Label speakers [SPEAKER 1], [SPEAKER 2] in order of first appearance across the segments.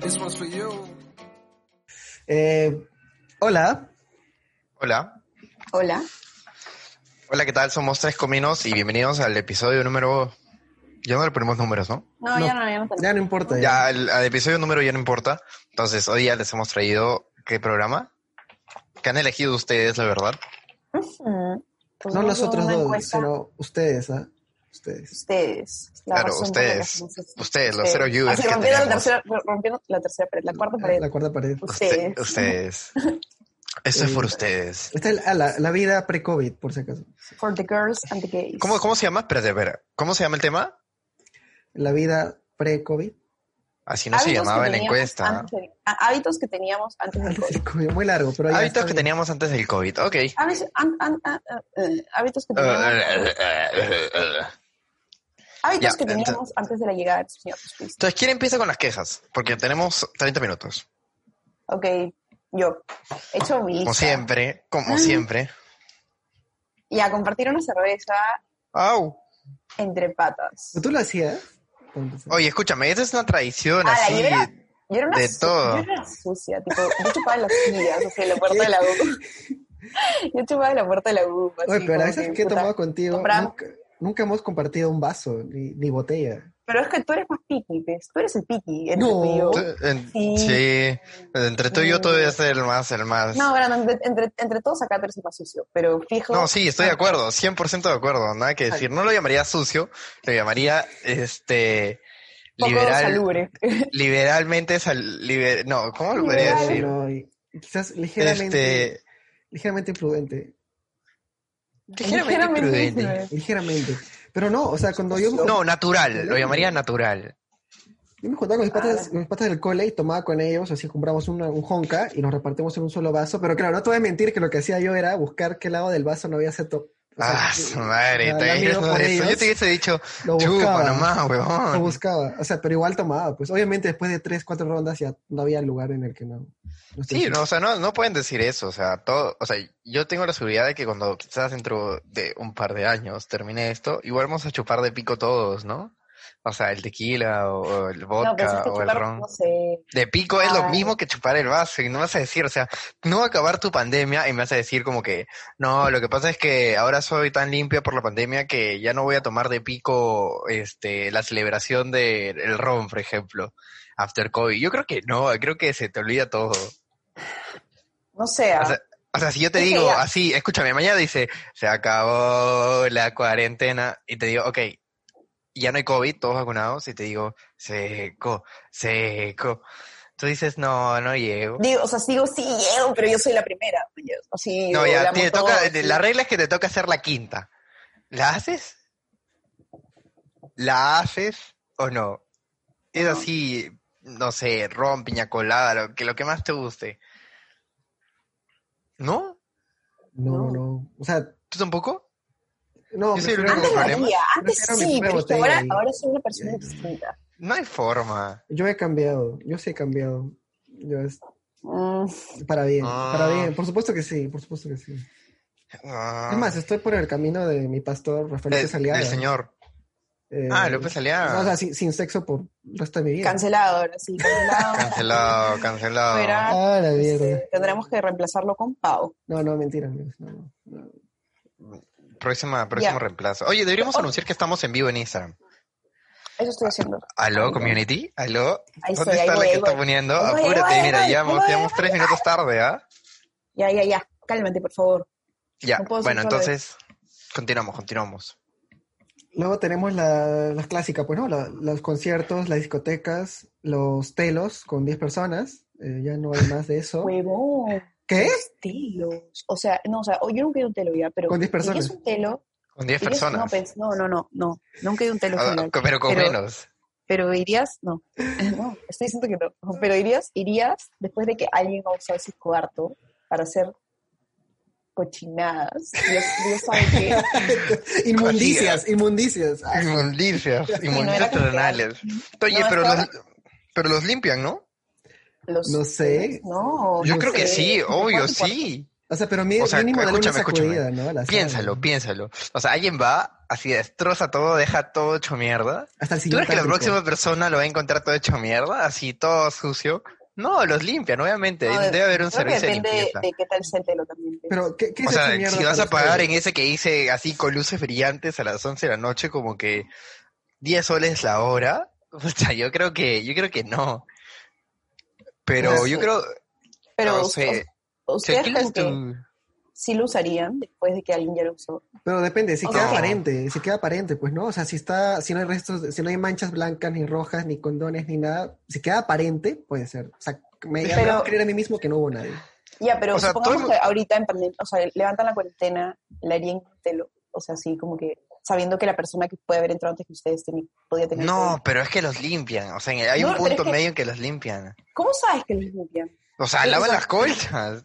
[SPEAKER 1] This one's for you. Eh, hola.
[SPEAKER 2] Hola.
[SPEAKER 3] Hola.
[SPEAKER 2] Hola, ¿qué tal? Somos Tres Cominos y bienvenidos al episodio número... Ya no le ponemos números, ¿no?
[SPEAKER 3] No, ya no, ya no.
[SPEAKER 1] Ya no importa. Ya,
[SPEAKER 2] Ya, el, al episodio número ya no importa. Entonces, hoy ya les hemos traído... ¿Qué programa? Que han elegido ustedes, la verdad.
[SPEAKER 3] Ujú. Pues
[SPEAKER 1] no
[SPEAKER 3] yo
[SPEAKER 1] nosotros
[SPEAKER 3] una
[SPEAKER 1] dos,
[SPEAKER 3] encuesta
[SPEAKER 1] sino ustedes, ¿ah? Ustedes.
[SPEAKER 3] Ustedes. La
[SPEAKER 2] Claro,
[SPEAKER 3] razón por la que
[SPEAKER 2] ustedes.
[SPEAKER 3] hacemos esto.
[SPEAKER 2] Ustedes, los cero viewers
[SPEAKER 3] Así,
[SPEAKER 2] que
[SPEAKER 3] rompiendo, la
[SPEAKER 2] tenemos. eh,
[SPEAKER 3] tercera, rompiendo la tercera pared, la cuarta pared.
[SPEAKER 1] La cuarta pared.
[SPEAKER 3] Ustedes.
[SPEAKER 2] Uste- ustedes. Esto es por ustedes.
[SPEAKER 1] Esta es la, la- la vida pre-COVID, por si acaso.
[SPEAKER 3] For the girls and the gays.
[SPEAKER 2] ¿Cómo, cómo se llama? Espérate, espera. ¿Cómo se llama el tema?
[SPEAKER 1] La vida pre-COVID.
[SPEAKER 2] Así no se
[SPEAKER 3] Hábitos Ah, que
[SPEAKER 2] llamaba en la
[SPEAKER 3] teníamos
[SPEAKER 2] encuesta.
[SPEAKER 3] antes de- ah, hábitos que teníamos antes del
[SPEAKER 1] Antes
[SPEAKER 3] COVID.
[SPEAKER 1] del COVID, muy largo, pero Ah, ya
[SPEAKER 2] Hábitos
[SPEAKER 1] está
[SPEAKER 2] Ah, que
[SPEAKER 1] bien.
[SPEAKER 2] teníamos antes del COVID. Ok.
[SPEAKER 3] Hábitos, an- an- an- eh, hábitos que teníamos,
[SPEAKER 2] Entonces,
[SPEAKER 3] hábitos
[SPEAKER 2] ya,
[SPEAKER 3] que teníamos
[SPEAKER 2] entonces-
[SPEAKER 3] antes de la llegada del Señor Jesucristo.
[SPEAKER 2] ¿quién empieza con las quejas? Porque tenemos 30 minutos.
[SPEAKER 3] Ok, yo he hecho mi
[SPEAKER 2] Como
[SPEAKER 3] lista.
[SPEAKER 2] siempre, como
[SPEAKER 3] Ah.
[SPEAKER 2] siempre.
[SPEAKER 3] Y a compartir una cerveza
[SPEAKER 2] Au.
[SPEAKER 3] entre patas.
[SPEAKER 1] ¿Tú lo hacías? Para empezar.
[SPEAKER 2] Oye, escúchame, esta es una tradición
[SPEAKER 3] Ah, la
[SPEAKER 2] así.
[SPEAKER 3] libera. Yo era una,
[SPEAKER 2] De
[SPEAKER 3] su-
[SPEAKER 2] todo.
[SPEAKER 3] Yo era una sucia, tipo, yo chupaba en las sillas, así, en la puerta de la U. Yo chupaba en la puerta de la U. así,
[SPEAKER 1] Oye, pero
[SPEAKER 3] como
[SPEAKER 1] a veces
[SPEAKER 3] que,
[SPEAKER 1] que he
[SPEAKER 3] puta.
[SPEAKER 1] tomado contigo,
[SPEAKER 3] compramos.
[SPEAKER 1] nunca, nunca hemos compartido un vaso ni, ni botella.
[SPEAKER 3] Pero es que tú eres más piqui, pues. Tú eres el piqui. entre
[SPEAKER 1] No.
[SPEAKER 3] tú y yo.
[SPEAKER 2] Tú- en-
[SPEAKER 3] Sí.
[SPEAKER 2] sí. Entre tú y yo, tú
[SPEAKER 1] Mm.
[SPEAKER 2] debes ser el más, el más.
[SPEAKER 3] No, bueno, entre, entre, entre todos acá tú eres el más sucio, pero fijo.
[SPEAKER 2] No, sí, estoy de acuerdo, 100% de acuerdo, nada que decir. No lo llamaría sucio, lo llamaría este
[SPEAKER 3] poco
[SPEAKER 2] liberal,
[SPEAKER 3] salubre.
[SPEAKER 2] liberalmente sal- liber- no, ¿cómo lo podría
[SPEAKER 3] Liberal.
[SPEAKER 2] decir?
[SPEAKER 1] No, y quizás ligeramente,
[SPEAKER 2] Este,
[SPEAKER 1] ligeramente imprudente.
[SPEAKER 2] ligeramente
[SPEAKER 3] Ligeramente
[SPEAKER 2] prudente.
[SPEAKER 3] imprudente.
[SPEAKER 1] Ligeramente. Pero no, o sea, cuando yo me,
[SPEAKER 2] No, natural, lo llamaría natural.
[SPEAKER 1] yo me juntaba con mis patas,
[SPEAKER 3] Ah.
[SPEAKER 1] con mis patas del cole y tomaba con ellos, así compramos una- un honka y nos repartimos en un solo vaso. Pero claro, no te voy a mentir que lo que hacía yo era buscar qué lado del vaso no había seto. o sea,
[SPEAKER 2] Ah, su madre,
[SPEAKER 1] la-
[SPEAKER 2] te
[SPEAKER 1] la
[SPEAKER 2] hubieras
[SPEAKER 1] miro por
[SPEAKER 2] dado eso.
[SPEAKER 1] ellos,
[SPEAKER 2] Yo te hubiese dicho,
[SPEAKER 1] lo
[SPEAKER 2] chupa
[SPEAKER 1] buscaba,
[SPEAKER 2] nomás,
[SPEAKER 1] lo
[SPEAKER 2] huevón.
[SPEAKER 1] buscaba. O sea, pero igual tomaba. Pues obviamente después de tres, cuatro rondas ya no había lugar en el que no. no
[SPEAKER 2] Sí,
[SPEAKER 1] se-
[SPEAKER 2] no, o sea, no, no pueden decir eso, o sea, todo, o sea, yo tengo la seguridad de que cuando quizás dentro de un par de años termine esto, igual vamos a chupar de pico todos, ¿no? O sea, el tequila o, o el
[SPEAKER 3] No, pero
[SPEAKER 2] vodka
[SPEAKER 3] es que
[SPEAKER 2] o el
[SPEAKER 3] chupar,
[SPEAKER 2] ron.
[SPEAKER 3] no sé.
[SPEAKER 2] De pico es lo
[SPEAKER 3] Ay.
[SPEAKER 2] mismo que chupar el vaso y no vas a decir, o sea, no va a acabar tu pandemia y me vas a decir como que, no, lo que pasa es que ahora soy tan limpia por la pandemia que ya no voy a tomar de pico este la celebración del ron, por ejemplo, after COVID. Yo creo que no, creo que se te olvida todo.
[SPEAKER 3] No sé. ah.
[SPEAKER 2] O sea, o sea, si yo te
[SPEAKER 3] Es que
[SPEAKER 2] digo
[SPEAKER 3] ya-
[SPEAKER 2] así, escúchame, mañana dice, se acabó la cuarentena, y te digo, ok, ya no hay COVID, todos vacunados, y te digo, seco, seco. Tú dices, no, no llego.
[SPEAKER 3] Digo, o sea, sigo, sí, llego, pero yo soy la primera. oye, Así,
[SPEAKER 2] No,
[SPEAKER 3] digo,
[SPEAKER 2] ya,
[SPEAKER 3] la
[SPEAKER 2] te
[SPEAKER 3] moto,
[SPEAKER 2] toca,
[SPEAKER 3] así.
[SPEAKER 2] la regla es que te toca hacer la quinta. ¿La haces? ¿La haces o no? Es
[SPEAKER 3] No.
[SPEAKER 2] así, no sé, ron, piña colada, lo que, lo que más te guste. ¿No?
[SPEAKER 1] no,
[SPEAKER 3] no.
[SPEAKER 1] no. O sea,
[SPEAKER 2] ¿Tú tampoco?
[SPEAKER 1] no.
[SPEAKER 2] Yo soy el
[SPEAKER 1] prefiero-
[SPEAKER 2] único
[SPEAKER 3] Antes lo
[SPEAKER 2] problema.
[SPEAKER 3] haría, antes
[SPEAKER 1] Prefiero mi
[SPEAKER 3] sí,
[SPEAKER 1] propia
[SPEAKER 3] pero es que
[SPEAKER 1] botella
[SPEAKER 3] ahora,
[SPEAKER 1] y-
[SPEAKER 3] ahora soy una persona distinta.
[SPEAKER 2] No hay forma.
[SPEAKER 1] Yo he cambiado, yo sí he cambiado. Yo es
[SPEAKER 3] Mm,
[SPEAKER 1] para bien,
[SPEAKER 2] Ah.
[SPEAKER 1] para bien. Por supuesto que sí, por supuesto que sí.
[SPEAKER 2] Ah,
[SPEAKER 1] Es más, estoy por el camino de mi pastor Rafael
[SPEAKER 2] Eh, del,
[SPEAKER 1] López Aliaga.
[SPEAKER 2] del señor.
[SPEAKER 1] Eh,
[SPEAKER 2] Ah, López Aliaga.
[SPEAKER 1] no, o sea, sin, sin sexo por el resto de mi vida.
[SPEAKER 3] cancelado, ahora sí, cancelado.
[SPEAKER 2] Cancelado, cancelado.
[SPEAKER 3] Fuera.
[SPEAKER 1] Ah, la mierda.
[SPEAKER 3] Este, Tendremos que reemplazarlo con Pau.
[SPEAKER 1] No, no, mentira, amigos. No, no, no.
[SPEAKER 2] Próxima, próximo
[SPEAKER 3] Ya.
[SPEAKER 2] reemplazo. Oye, deberíamos
[SPEAKER 3] Oh.
[SPEAKER 2] anunciar que estamos en vivo en Instagram.
[SPEAKER 3] Eso estoy haciendo.
[SPEAKER 2] ¿Aló,
[SPEAKER 3] Ahí
[SPEAKER 2] community? ¿Aló?
[SPEAKER 3] Ahí
[SPEAKER 2] ¿Dónde
[SPEAKER 3] estoy, ahí
[SPEAKER 2] está la
[SPEAKER 3] voy,
[SPEAKER 2] que
[SPEAKER 3] ahí
[SPEAKER 2] está
[SPEAKER 3] voy.
[SPEAKER 2] poniendo?
[SPEAKER 3] Ahí voy, ahí
[SPEAKER 2] Apúrate,
[SPEAKER 3] voy,
[SPEAKER 2] mira,
[SPEAKER 3] ahí
[SPEAKER 2] llevamos,
[SPEAKER 3] voy,
[SPEAKER 2] llevamos
[SPEAKER 3] ahí
[SPEAKER 2] tres minutos tarde, ¿ah?
[SPEAKER 3] Ya, ya, ya. Cálmate, por favor.
[SPEAKER 2] Ya,
[SPEAKER 3] No puedo
[SPEAKER 2] bueno,
[SPEAKER 3] hacer solo
[SPEAKER 2] entonces, continuamos, continuamos.
[SPEAKER 1] Luego tenemos la- las clásicas, pues no, La- los conciertos, las discotecas, los telos con 10 personas. Eh, ya no hay más de eso.
[SPEAKER 3] Huevón.
[SPEAKER 1] ¿Qué?
[SPEAKER 3] los Telos. O sea, no, o sea, oh, yo nunca he ido a un telo ya, pero.
[SPEAKER 1] Con 10 personas.
[SPEAKER 3] ¿y qué es un telo?
[SPEAKER 2] Con 10
[SPEAKER 3] ¿Irías-
[SPEAKER 2] personas.
[SPEAKER 3] No, pens- no, no, no, no. Nunca he ido a un telo
[SPEAKER 2] Ah,
[SPEAKER 3] general.
[SPEAKER 2] co- pero con
[SPEAKER 3] Pero-
[SPEAKER 2] menos.
[SPEAKER 3] Pero irías, no. No, estoy diciendo que no. Pero irías, irías después de que alguien va a usar su cuarto para hacer cochinadas. Dios, Dios sabe qué.
[SPEAKER 1] inmundicias, inmundicias. Ah,
[SPEAKER 2] Inmundicias,
[SPEAKER 3] no
[SPEAKER 2] inmundicias
[SPEAKER 3] era como que-
[SPEAKER 2] terrenales. Oye,
[SPEAKER 3] No,
[SPEAKER 2] pero,
[SPEAKER 3] es que
[SPEAKER 2] los, pero los limpian, ¿no?
[SPEAKER 3] Los,
[SPEAKER 1] No sé.
[SPEAKER 3] No,
[SPEAKER 2] Yo
[SPEAKER 3] no
[SPEAKER 2] creo que
[SPEAKER 3] sé.
[SPEAKER 2] sí,
[SPEAKER 3] Es un
[SPEAKER 2] obvio,
[SPEAKER 3] cuarto y cuarto.
[SPEAKER 2] sí.
[SPEAKER 1] O sea, pero mi,
[SPEAKER 2] O sea,
[SPEAKER 1] mínimo de una
[SPEAKER 2] escúchame, escúchame.
[SPEAKER 1] sacudida, ¿no? A la sala.
[SPEAKER 2] Piénsalo, piénsalo. O sea, alguien va, así destroza todo, deja todo hecho mierda.
[SPEAKER 1] Hasta el
[SPEAKER 2] ¿Tú
[SPEAKER 1] siguiente.
[SPEAKER 2] crees que la próxima persona lo va a encontrar todo hecho mierda? Así, todo sucio. No, los limpian, obviamente.
[SPEAKER 3] No,
[SPEAKER 2] Debe haber un
[SPEAKER 3] Creo que
[SPEAKER 2] servicio de
[SPEAKER 3] depende
[SPEAKER 2] limpieza.
[SPEAKER 3] de qué tal sea el pelo también. pues.
[SPEAKER 1] Pero, ¿qué, qué
[SPEAKER 2] O
[SPEAKER 1] es esa
[SPEAKER 2] sea,
[SPEAKER 1] mierda
[SPEAKER 2] si vas
[SPEAKER 1] para
[SPEAKER 2] a pagar
[SPEAKER 1] ustedes?
[SPEAKER 2] en ese que hice así con luces brillantes a las 11 de la noche, como que 10 soles la hora, o sea, yo creo que, yo creo que no. Pero
[SPEAKER 3] No sé.
[SPEAKER 2] yo creo,
[SPEAKER 3] Pues, Pero
[SPEAKER 2] no
[SPEAKER 3] o-
[SPEAKER 2] sé,
[SPEAKER 3] o-
[SPEAKER 2] o sea,
[SPEAKER 3] ustedes
[SPEAKER 2] ¿qué
[SPEAKER 3] creen
[SPEAKER 2] les
[SPEAKER 3] que
[SPEAKER 2] tu-
[SPEAKER 3] sí lo usarían después de que alguien ya lo usó.
[SPEAKER 1] Pero depende, si
[SPEAKER 3] O
[SPEAKER 1] queda
[SPEAKER 3] sea-
[SPEAKER 1] aparente, si queda aparente, pues no, o sea, si está, si no hay restos, si no hay manchas blancas, ni rojas, ni condones, ni nada, si queda aparente, puede ser. O sea, me
[SPEAKER 3] Pero-
[SPEAKER 1] pero... creer a mí mismo que no hubo nadie.
[SPEAKER 3] Ya, pero
[SPEAKER 2] O sea, todo el
[SPEAKER 3] supongamos
[SPEAKER 2] mundo-
[SPEAKER 3] que ahorita en pandemia, o sea, levantan la cuarentena, le harían un pelo, o sea, así como que sabiendo que la persona que puede haber entrado antes que ustedes tenía- podía tener
[SPEAKER 2] No,
[SPEAKER 3] COVID.
[SPEAKER 2] pero es que los limpian, o sea, en el- hay
[SPEAKER 3] No,
[SPEAKER 2] un
[SPEAKER 3] pero es
[SPEAKER 2] punto
[SPEAKER 3] que-
[SPEAKER 2] medio en que los limpian.
[SPEAKER 3] ¿Cómo sabes que les limpian?
[SPEAKER 2] O sea,
[SPEAKER 3] Sí,
[SPEAKER 2] lavan
[SPEAKER 3] o sea-
[SPEAKER 2] las colchas.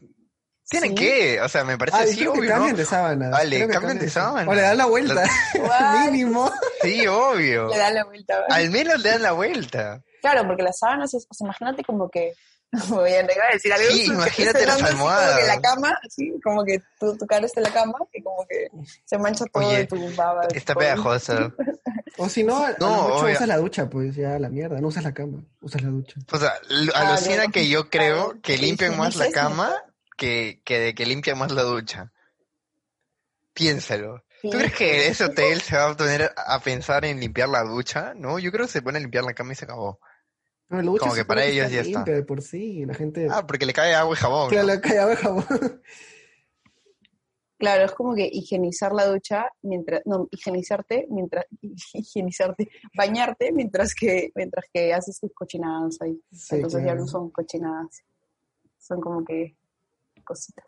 [SPEAKER 2] ¿Tienen
[SPEAKER 3] Sí.
[SPEAKER 2] que, o sea, me parece
[SPEAKER 1] Ah,
[SPEAKER 2] sí,
[SPEAKER 1] creo que
[SPEAKER 2] obvio,
[SPEAKER 1] cambian
[SPEAKER 2] ¿no?
[SPEAKER 1] de sábanas.
[SPEAKER 2] Vale,
[SPEAKER 1] creo que
[SPEAKER 2] cambian de sábanas.
[SPEAKER 1] O le dan la vuelta,
[SPEAKER 3] Guay,
[SPEAKER 1] mínimo.
[SPEAKER 2] Sí, obvio.
[SPEAKER 3] Le dan la vuelta. ¿vale?
[SPEAKER 2] Al menos le dan la vuelta.
[SPEAKER 3] Claro, porque las sábanas, es- o sea, imagínate como que. Voy a iba a decir algo.
[SPEAKER 2] Sí,
[SPEAKER 3] que
[SPEAKER 2] imagínate
[SPEAKER 3] estoy
[SPEAKER 2] las
[SPEAKER 3] hablando así Como
[SPEAKER 2] almohadas.
[SPEAKER 3] que la cama, así, como que tú, tu cara está en la cama y como que se mancha todo
[SPEAKER 2] Oye,
[SPEAKER 3] de tu baba. de tu
[SPEAKER 2] Está
[SPEAKER 3] polvo.
[SPEAKER 2] pegajoso.
[SPEAKER 1] O si no, a- a lo
[SPEAKER 2] No,
[SPEAKER 1] mucho
[SPEAKER 2] obvio.
[SPEAKER 1] usas la ducha, pues ya la mierda, no usas la cama, usas la ducha.
[SPEAKER 2] O sea, l-
[SPEAKER 3] Ah,
[SPEAKER 2] alucina
[SPEAKER 3] luego.
[SPEAKER 2] que yo creo que
[SPEAKER 3] Sí,
[SPEAKER 2] limpian
[SPEAKER 3] sí,
[SPEAKER 2] más la
[SPEAKER 3] dices,
[SPEAKER 2] cama que, que de que limpian más la ducha. Piénsalo.
[SPEAKER 3] Sí.
[SPEAKER 2] ¿Tú crees que ese hotel se va a poner a pensar en limpiar la ducha? No, yo creo que se pone a limpiar la cama y se acabó.
[SPEAKER 1] Pero la ducha
[SPEAKER 2] Como que
[SPEAKER 1] supongo
[SPEAKER 2] para ellos
[SPEAKER 1] está
[SPEAKER 2] ya está.
[SPEAKER 1] limpia de por sí, la gente.
[SPEAKER 2] Ah, porque le cae agua y jabón.
[SPEAKER 1] claro,
[SPEAKER 2] ¿no?
[SPEAKER 1] la calle abajo.
[SPEAKER 3] Claro, es como que higienizar la ducha mientras, no, higienizarte mientras, higienizarte, bañarte mientras que, mientras que haces tus cochinadas ahí.
[SPEAKER 1] Sí,
[SPEAKER 3] Entonces ya
[SPEAKER 1] claro.
[SPEAKER 3] no son cochinadas, son como que cositas.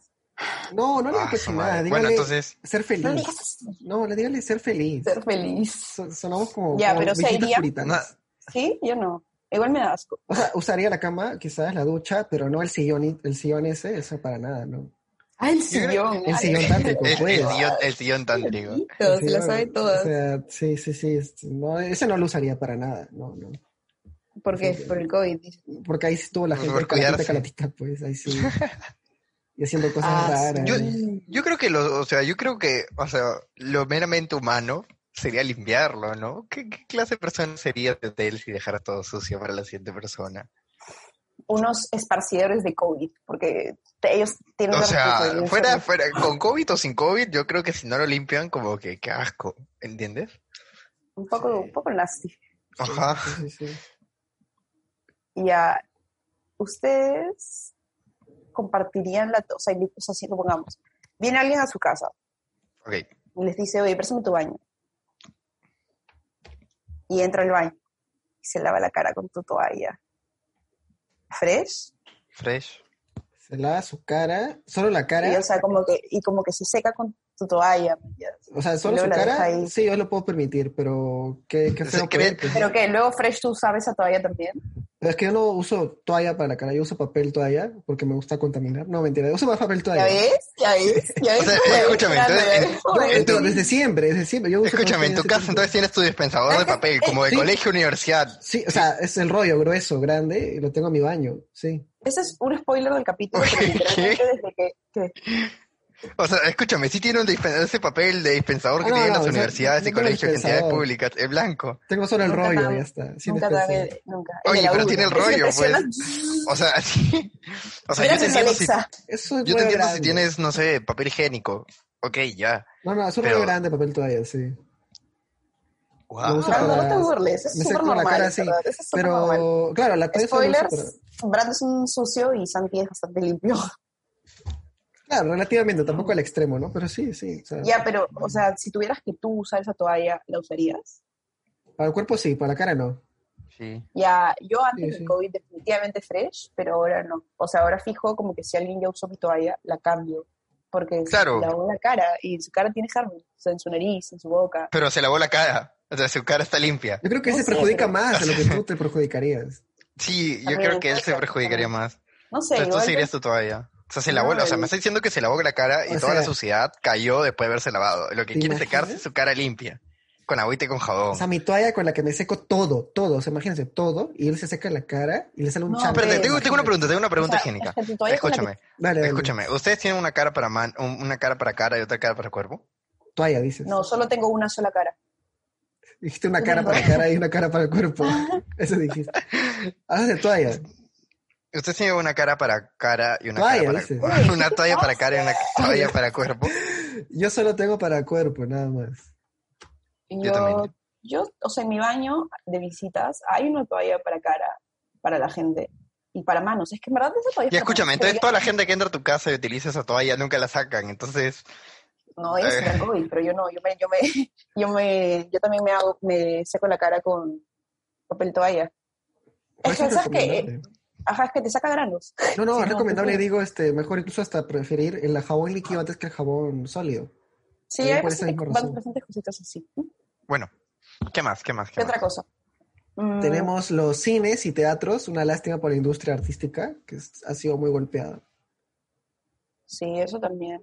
[SPEAKER 1] No, no le
[SPEAKER 2] Ah,
[SPEAKER 1] digas
[SPEAKER 2] su
[SPEAKER 1] nada,
[SPEAKER 2] madre.
[SPEAKER 1] dígale
[SPEAKER 2] Bueno, entonces,
[SPEAKER 1] ser
[SPEAKER 3] No
[SPEAKER 1] feliz.
[SPEAKER 3] digas así,
[SPEAKER 1] No, le dígale ser feliz.
[SPEAKER 3] ser feliz.
[SPEAKER 1] So- sonamos como,
[SPEAKER 3] Ya,
[SPEAKER 1] como
[SPEAKER 3] pero, o sea,
[SPEAKER 1] viejitas
[SPEAKER 3] iría-
[SPEAKER 1] puritanas.
[SPEAKER 3] Sí, yo no. Igual me da asco.
[SPEAKER 1] O sea, usaría la cama, quizás la ducha, pero no el sillón, y- el sillón ese, eso para nada, ¿no?
[SPEAKER 3] Ah, el
[SPEAKER 2] creo-
[SPEAKER 3] sillón.
[SPEAKER 1] El sillón tántrico,
[SPEAKER 2] el,
[SPEAKER 1] pues.
[SPEAKER 2] el sillón, el sillón tántrico.
[SPEAKER 1] El
[SPEAKER 3] Se la
[SPEAKER 1] sillón,
[SPEAKER 3] sabe
[SPEAKER 1] O
[SPEAKER 3] todas.
[SPEAKER 1] sea, sí, sí, sí. es- No, ese no lo usaría para nada, no, no.
[SPEAKER 3] ¿Por qué?
[SPEAKER 1] sí.
[SPEAKER 3] Por el COVID. dice.
[SPEAKER 1] Porque ahí sí estuvo la
[SPEAKER 2] Por
[SPEAKER 1] gente
[SPEAKER 2] cuidarse.
[SPEAKER 1] calatita, calatita, pues, ahí sí. Y haciendo cosas
[SPEAKER 3] Ah,
[SPEAKER 1] raras.
[SPEAKER 3] sí.
[SPEAKER 2] Yo creo que lo, o sea, yo creo que, o sea, lo meramente humano sería limpiarlo, ¿no? ¿Qué, qué clase de persona sería de hotel si dejara todo sucio para la siguiente persona?
[SPEAKER 3] Unos esparcidores de COVID, porque te- ellos tienen
[SPEAKER 2] O
[SPEAKER 3] una
[SPEAKER 2] sea,
[SPEAKER 3] responsabilidad
[SPEAKER 2] fuera,
[SPEAKER 3] sobre-
[SPEAKER 2] fuera, con COVID o sin COVID, yo creo que si no lo limpian, como que qué asco, ¿entiendes?
[SPEAKER 3] un poco, un poco nasty.
[SPEAKER 2] Ajá.
[SPEAKER 1] Sí, sí, sí.
[SPEAKER 3] Y a ustedes compartirían la, o sea, li- o sea, si supongamos, viene alguien a su casa
[SPEAKER 2] Ok.
[SPEAKER 3] y les dice, oye, préstame tu baño. Y entra al baño y se lava la cara con tu toalla. Fresh.
[SPEAKER 2] Fresh.
[SPEAKER 1] Se lava su cara, solo la
[SPEAKER 3] Y,
[SPEAKER 1] cara.
[SPEAKER 3] o sea, como que, y como que se seca con tu toalla. ya.
[SPEAKER 1] O sea, solo
[SPEAKER 3] luego
[SPEAKER 1] su
[SPEAKER 3] la deja
[SPEAKER 1] cara,
[SPEAKER 3] ahí.
[SPEAKER 1] sí, yo lo puedo permitir, pero qué, qué
[SPEAKER 2] Se
[SPEAKER 1] feo.
[SPEAKER 2] cree-
[SPEAKER 1] pues.
[SPEAKER 3] Pero que luego Fresh tú usabas esa toalla también.
[SPEAKER 1] Pero es que yo no uso toalla para la cara, yo uso papel toalla porque me gusta contaminar. No, mentira, yo uso más papel
[SPEAKER 3] ¿Ya
[SPEAKER 1] toalla.
[SPEAKER 3] ves? ¿Ya ves? ¿Ya ves?
[SPEAKER 2] sea,
[SPEAKER 3] Ya ves,
[SPEAKER 2] escúchame,
[SPEAKER 3] ya ves,
[SPEAKER 2] entonces,
[SPEAKER 3] ya
[SPEAKER 2] en-
[SPEAKER 3] ves.
[SPEAKER 1] No,
[SPEAKER 3] Joder,
[SPEAKER 1] en tu-
[SPEAKER 3] sí.
[SPEAKER 1] eh, desde siempre, desde siempre. Yo uso
[SPEAKER 2] Escúchame, en tu
[SPEAKER 1] papel toalla
[SPEAKER 2] casa
[SPEAKER 1] desde
[SPEAKER 2] entonces
[SPEAKER 1] siempre.
[SPEAKER 2] tienes tu dispensador de papel, como de
[SPEAKER 1] Ah, eh, Sí.
[SPEAKER 2] colegio, universidad.
[SPEAKER 1] Sí, o sea, es el rollo grueso, grande, y lo tengo en mi baño, sí.
[SPEAKER 3] Ese es un spoiler del capítulo, pero
[SPEAKER 2] ¿Qué?
[SPEAKER 3] literalmente desde que, que-
[SPEAKER 2] O sea, escúchame, si tiene un dispen- ese papel de dispensador que
[SPEAKER 1] Ah, no,
[SPEAKER 2] tienen
[SPEAKER 1] no,
[SPEAKER 2] las
[SPEAKER 1] o sea,
[SPEAKER 2] universidades
[SPEAKER 1] no
[SPEAKER 2] y
[SPEAKER 1] tengo
[SPEAKER 2] colegios, entidades
[SPEAKER 1] dispensador.
[SPEAKER 2] públicas, es blanco.
[SPEAKER 1] Tengo solo el
[SPEAKER 3] Nunca
[SPEAKER 1] rollo,
[SPEAKER 3] tan-
[SPEAKER 1] ya está. sin
[SPEAKER 3] nunca
[SPEAKER 1] despensa.
[SPEAKER 3] sabe, nunca.
[SPEAKER 2] Oye,
[SPEAKER 3] de la
[SPEAKER 2] pero
[SPEAKER 3] uno.
[SPEAKER 2] tiene el
[SPEAKER 3] Ese
[SPEAKER 2] rollo,
[SPEAKER 3] le presionas,
[SPEAKER 2] O sea, sí. O sea, yo
[SPEAKER 3] verás
[SPEAKER 2] te
[SPEAKER 3] en
[SPEAKER 2] entiendo si,
[SPEAKER 3] Alexa.
[SPEAKER 1] Eso es
[SPEAKER 2] yo te
[SPEAKER 1] rollo
[SPEAKER 2] entiendo si
[SPEAKER 1] grande.
[SPEAKER 2] tienes, no sé, papel higiénico. Ok, ya.
[SPEAKER 1] No, no, es un
[SPEAKER 2] Pero-
[SPEAKER 1] rollo grande papel toalla, sí.
[SPEAKER 2] Guau.
[SPEAKER 1] uso
[SPEAKER 3] No, no te
[SPEAKER 1] para-
[SPEAKER 3] burles, es
[SPEAKER 1] me
[SPEAKER 3] súper
[SPEAKER 1] seco la
[SPEAKER 3] normal.
[SPEAKER 1] cara,
[SPEAKER 3] es
[SPEAKER 1] sí,
[SPEAKER 3] verdad, eso es súper normal.
[SPEAKER 1] Pero, claro, la toalla solo uso para-
[SPEAKER 3] Spoilers, Brando es un sucio y Santi es bastante limpio.
[SPEAKER 1] Claro, relativamente, tampoco al extremo, ¿no? Pero sí, sí. o sea,
[SPEAKER 3] ya, pero, o sea, si tuvieras que tú usar esa toalla, ¿la usarías?
[SPEAKER 1] Para el cuerpo sí, para la cara no.
[SPEAKER 2] Sí.
[SPEAKER 3] Ya, yo antes
[SPEAKER 1] Sí,
[SPEAKER 3] del
[SPEAKER 1] sí.
[SPEAKER 3] COVID definitivamente fresh, pero ahora no. O sea, ahora fijo como que si alguien ya usó mi toalla, la cambio. Porque
[SPEAKER 2] Claro.
[SPEAKER 3] la la cara y en su cara tiene germen. O sea, en su nariz, en su boca.
[SPEAKER 2] Pero se lavó la cara. O sea, su cara está limpia.
[SPEAKER 1] Yo creo que
[SPEAKER 3] No
[SPEAKER 1] ese
[SPEAKER 3] sé,
[SPEAKER 1] perjudica
[SPEAKER 3] pero-
[SPEAKER 1] más a lo que tú te perjudicarías.
[SPEAKER 2] Sí, yo
[SPEAKER 3] También,
[SPEAKER 2] creo que él se
[SPEAKER 3] exacto,
[SPEAKER 2] perjudicaría
[SPEAKER 3] también.
[SPEAKER 2] más.
[SPEAKER 3] No sé,
[SPEAKER 2] Entonces tú
[SPEAKER 3] igual
[SPEAKER 2] seguirías tu toalla. O sea, se lavó,
[SPEAKER 3] No,
[SPEAKER 2] o sea,
[SPEAKER 3] y-
[SPEAKER 2] me está diciendo que se lavó la cara y
[SPEAKER 1] O
[SPEAKER 2] toda la
[SPEAKER 1] sea-
[SPEAKER 2] suciedad cayó después de haberse lavado. Lo que
[SPEAKER 1] ¿Te
[SPEAKER 2] quiere secarse
[SPEAKER 1] imaginas?
[SPEAKER 2] es su cara limpia. con agüita y con jabón.
[SPEAKER 1] O sea, mi toalla con la que me seco todo, todo, o sea, imagínense, todo, y él se seca la cara y le sale un
[SPEAKER 3] No,
[SPEAKER 1] champ.
[SPEAKER 2] Espérate,
[SPEAKER 3] Eh,
[SPEAKER 2] tengo, tengo una pregunta, tengo una pregunta
[SPEAKER 3] O sea,
[SPEAKER 2] higiénica.
[SPEAKER 3] es que tu toalla es con la que-
[SPEAKER 2] Escúchame,
[SPEAKER 1] Dale, dale.
[SPEAKER 2] escúchame. ¿Ustedes tienen una cara para man- un- una cara para cara y otra cara para cuerpo?
[SPEAKER 1] Toalla, dices.
[SPEAKER 3] No, solo tengo una sola cara.
[SPEAKER 1] Dijiste una cara para la cara y una cara para el cuerpo. Eso dijiste. Hablas de toalla.
[SPEAKER 2] ¿Ustedes tienen una cara para cara y una
[SPEAKER 1] Toalla,
[SPEAKER 2] cara
[SPEAKER 1] dices.
[SPEAKER 2] para una toalla para cara y una toalla para cuerpo?
[SPEAKER 1] Yo solo tengo para cuerpo, nada más.
[SPEAKER 3] Y
[SPEAKER 2] Yo
[SPEAKER 3] yo,
[SPEAKER 2] también.
[SPEAKER 3] yo, o sea, en mi baño de visitas hay una toalla para cara, para la gente y para manos. Es que en verdad esa toalla.
[SPEAKER 2] Y
[SPEAKER 3] es para
[SPEAKER 2] escúchame,
[SPEAKER 3] manos,
[SPEAKER 2] entonces
[SPEAKER 3] pero
[SPEAKER 2] toda la gente que entra a tu casa y utiliza esa toalla nunca la sacan, entonces
[SPEAKER 3] yo- No, ellos
[SPEAKER 2] Eh.
[SPEAKER 3] tienen COVID, pero yo no. Yo me, yo me, yo me, yo también me hago, me seco la cara con papel toalla. Es que,
[SPEAKER 1] Eso
[SPEAKER 3] ¿sabes qué? Eh,
[SPEAKER 1] recomendable.
[SPEAKER 3] Ajá, es que te saca granos.
[SPEAKER 1] No, no,
[SPEAKER 3] Sí,
[SPEAKER 1] es
[SPEAKER 3] no,
[SPEAKER 1] recomendable,
[SPEAKER 3] tú-
[SPEAKER 1] digo, este, mejor incluso hasta preferir el jabón líquido antes que el jabón sólido.
[SPEAKER 3] Sí,
[SPEAKER 1] También
[SPEAKER 3] hay
[SPEAKER 1] por esa
[SPEAKER 3] bastantes,
[SPEAKER 1] misma
[SPEAKER 3] van
[SPEAKER 1] razón.
[SPEAKER 3] bastantes cositas así.
[SPEAKER 2] bueno, ¿qué más? ¿Qué más?
[SPEAKER 3] ¿Qué
[SPEAKER 2] ¿Qué más?
[SPEAKER 3] otra cosa? Mm,
[SPEAKER 1] Tenemos los cines y teatros, una lástima por la industria artística, que es- ha sido muy golpeada.
[SPEAKER 3] Sí, eso también.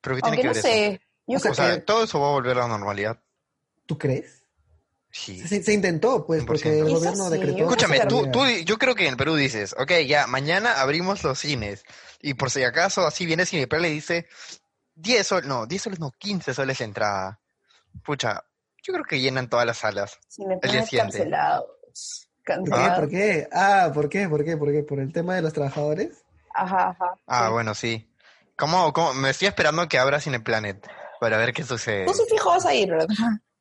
[SPEAKER 2] ¿Pero qué tiene
[SPEAKER 3] Aunque
[SPEAKER 2] que
[SPEAKER 3] no
[SPEAKER 2] ver eso?
[SPEAKER 3] sé, yo
[SPEAKER 1] O sea,
[SPEAKER 2] O sea,
[SPEAKER 1] que-
[SPEAKER 2] todo eso va a volver a la normalidad.
[SPEAKER 1] ¿Tú crees?
[SPEAKER 2] Sí.
[SPEAKER 1] Se, se intentó, pues, porque
[SPEAKER 2] 100%.
[SPEAKER 1] el
[SPEAKER 3] Quizás
[SPEAKER 1] gobierno
[SPEAKER 3] sí,
[SPEAKER 1] decretó.
[SPEAKER 3] yo creo
[SPEAKER 2] Escúchame,
[SPEAKER 3] que
[SPEAKER 1] que
[SPEAKER 2] tú,
[SPEAKER 1] había-
[SPEAKER 2] tú, yo creo que en Perú dices, ok, ya, mañana abrimos los cines. Y por si acaso, así viene Cineper le dice, 10 soles, no, 10 soles no, 15 soles la entrada. Pucha, yo creo que llenan todas las salas. día
[SPEAKER 3] cineplanes
[SPEAKER 2] siguiente.
[SPEAKER 3] cancelados.
[SPEAKER 1] ¿Por qué?
[SPEAKER 3] Cancelados.
[SPEAKER 1] ¿Por qué? Ah, ¿por qué? ¿Por qué? ¿Por qué? ¿Por el tema de los trabajadores?
[SPEAKER 3] Ajá, ajá.
[SPEAKER 2] Ah,
[SPEAKER 3] Sí.
[SPEAKER 2] bueno, sí. ¿Cómo, cómo? Me estoy esperando que abra Cineplanet para ver qué sucede.
[SPEAKER 3] Tú sí fijo vas a ir, ¿verdad?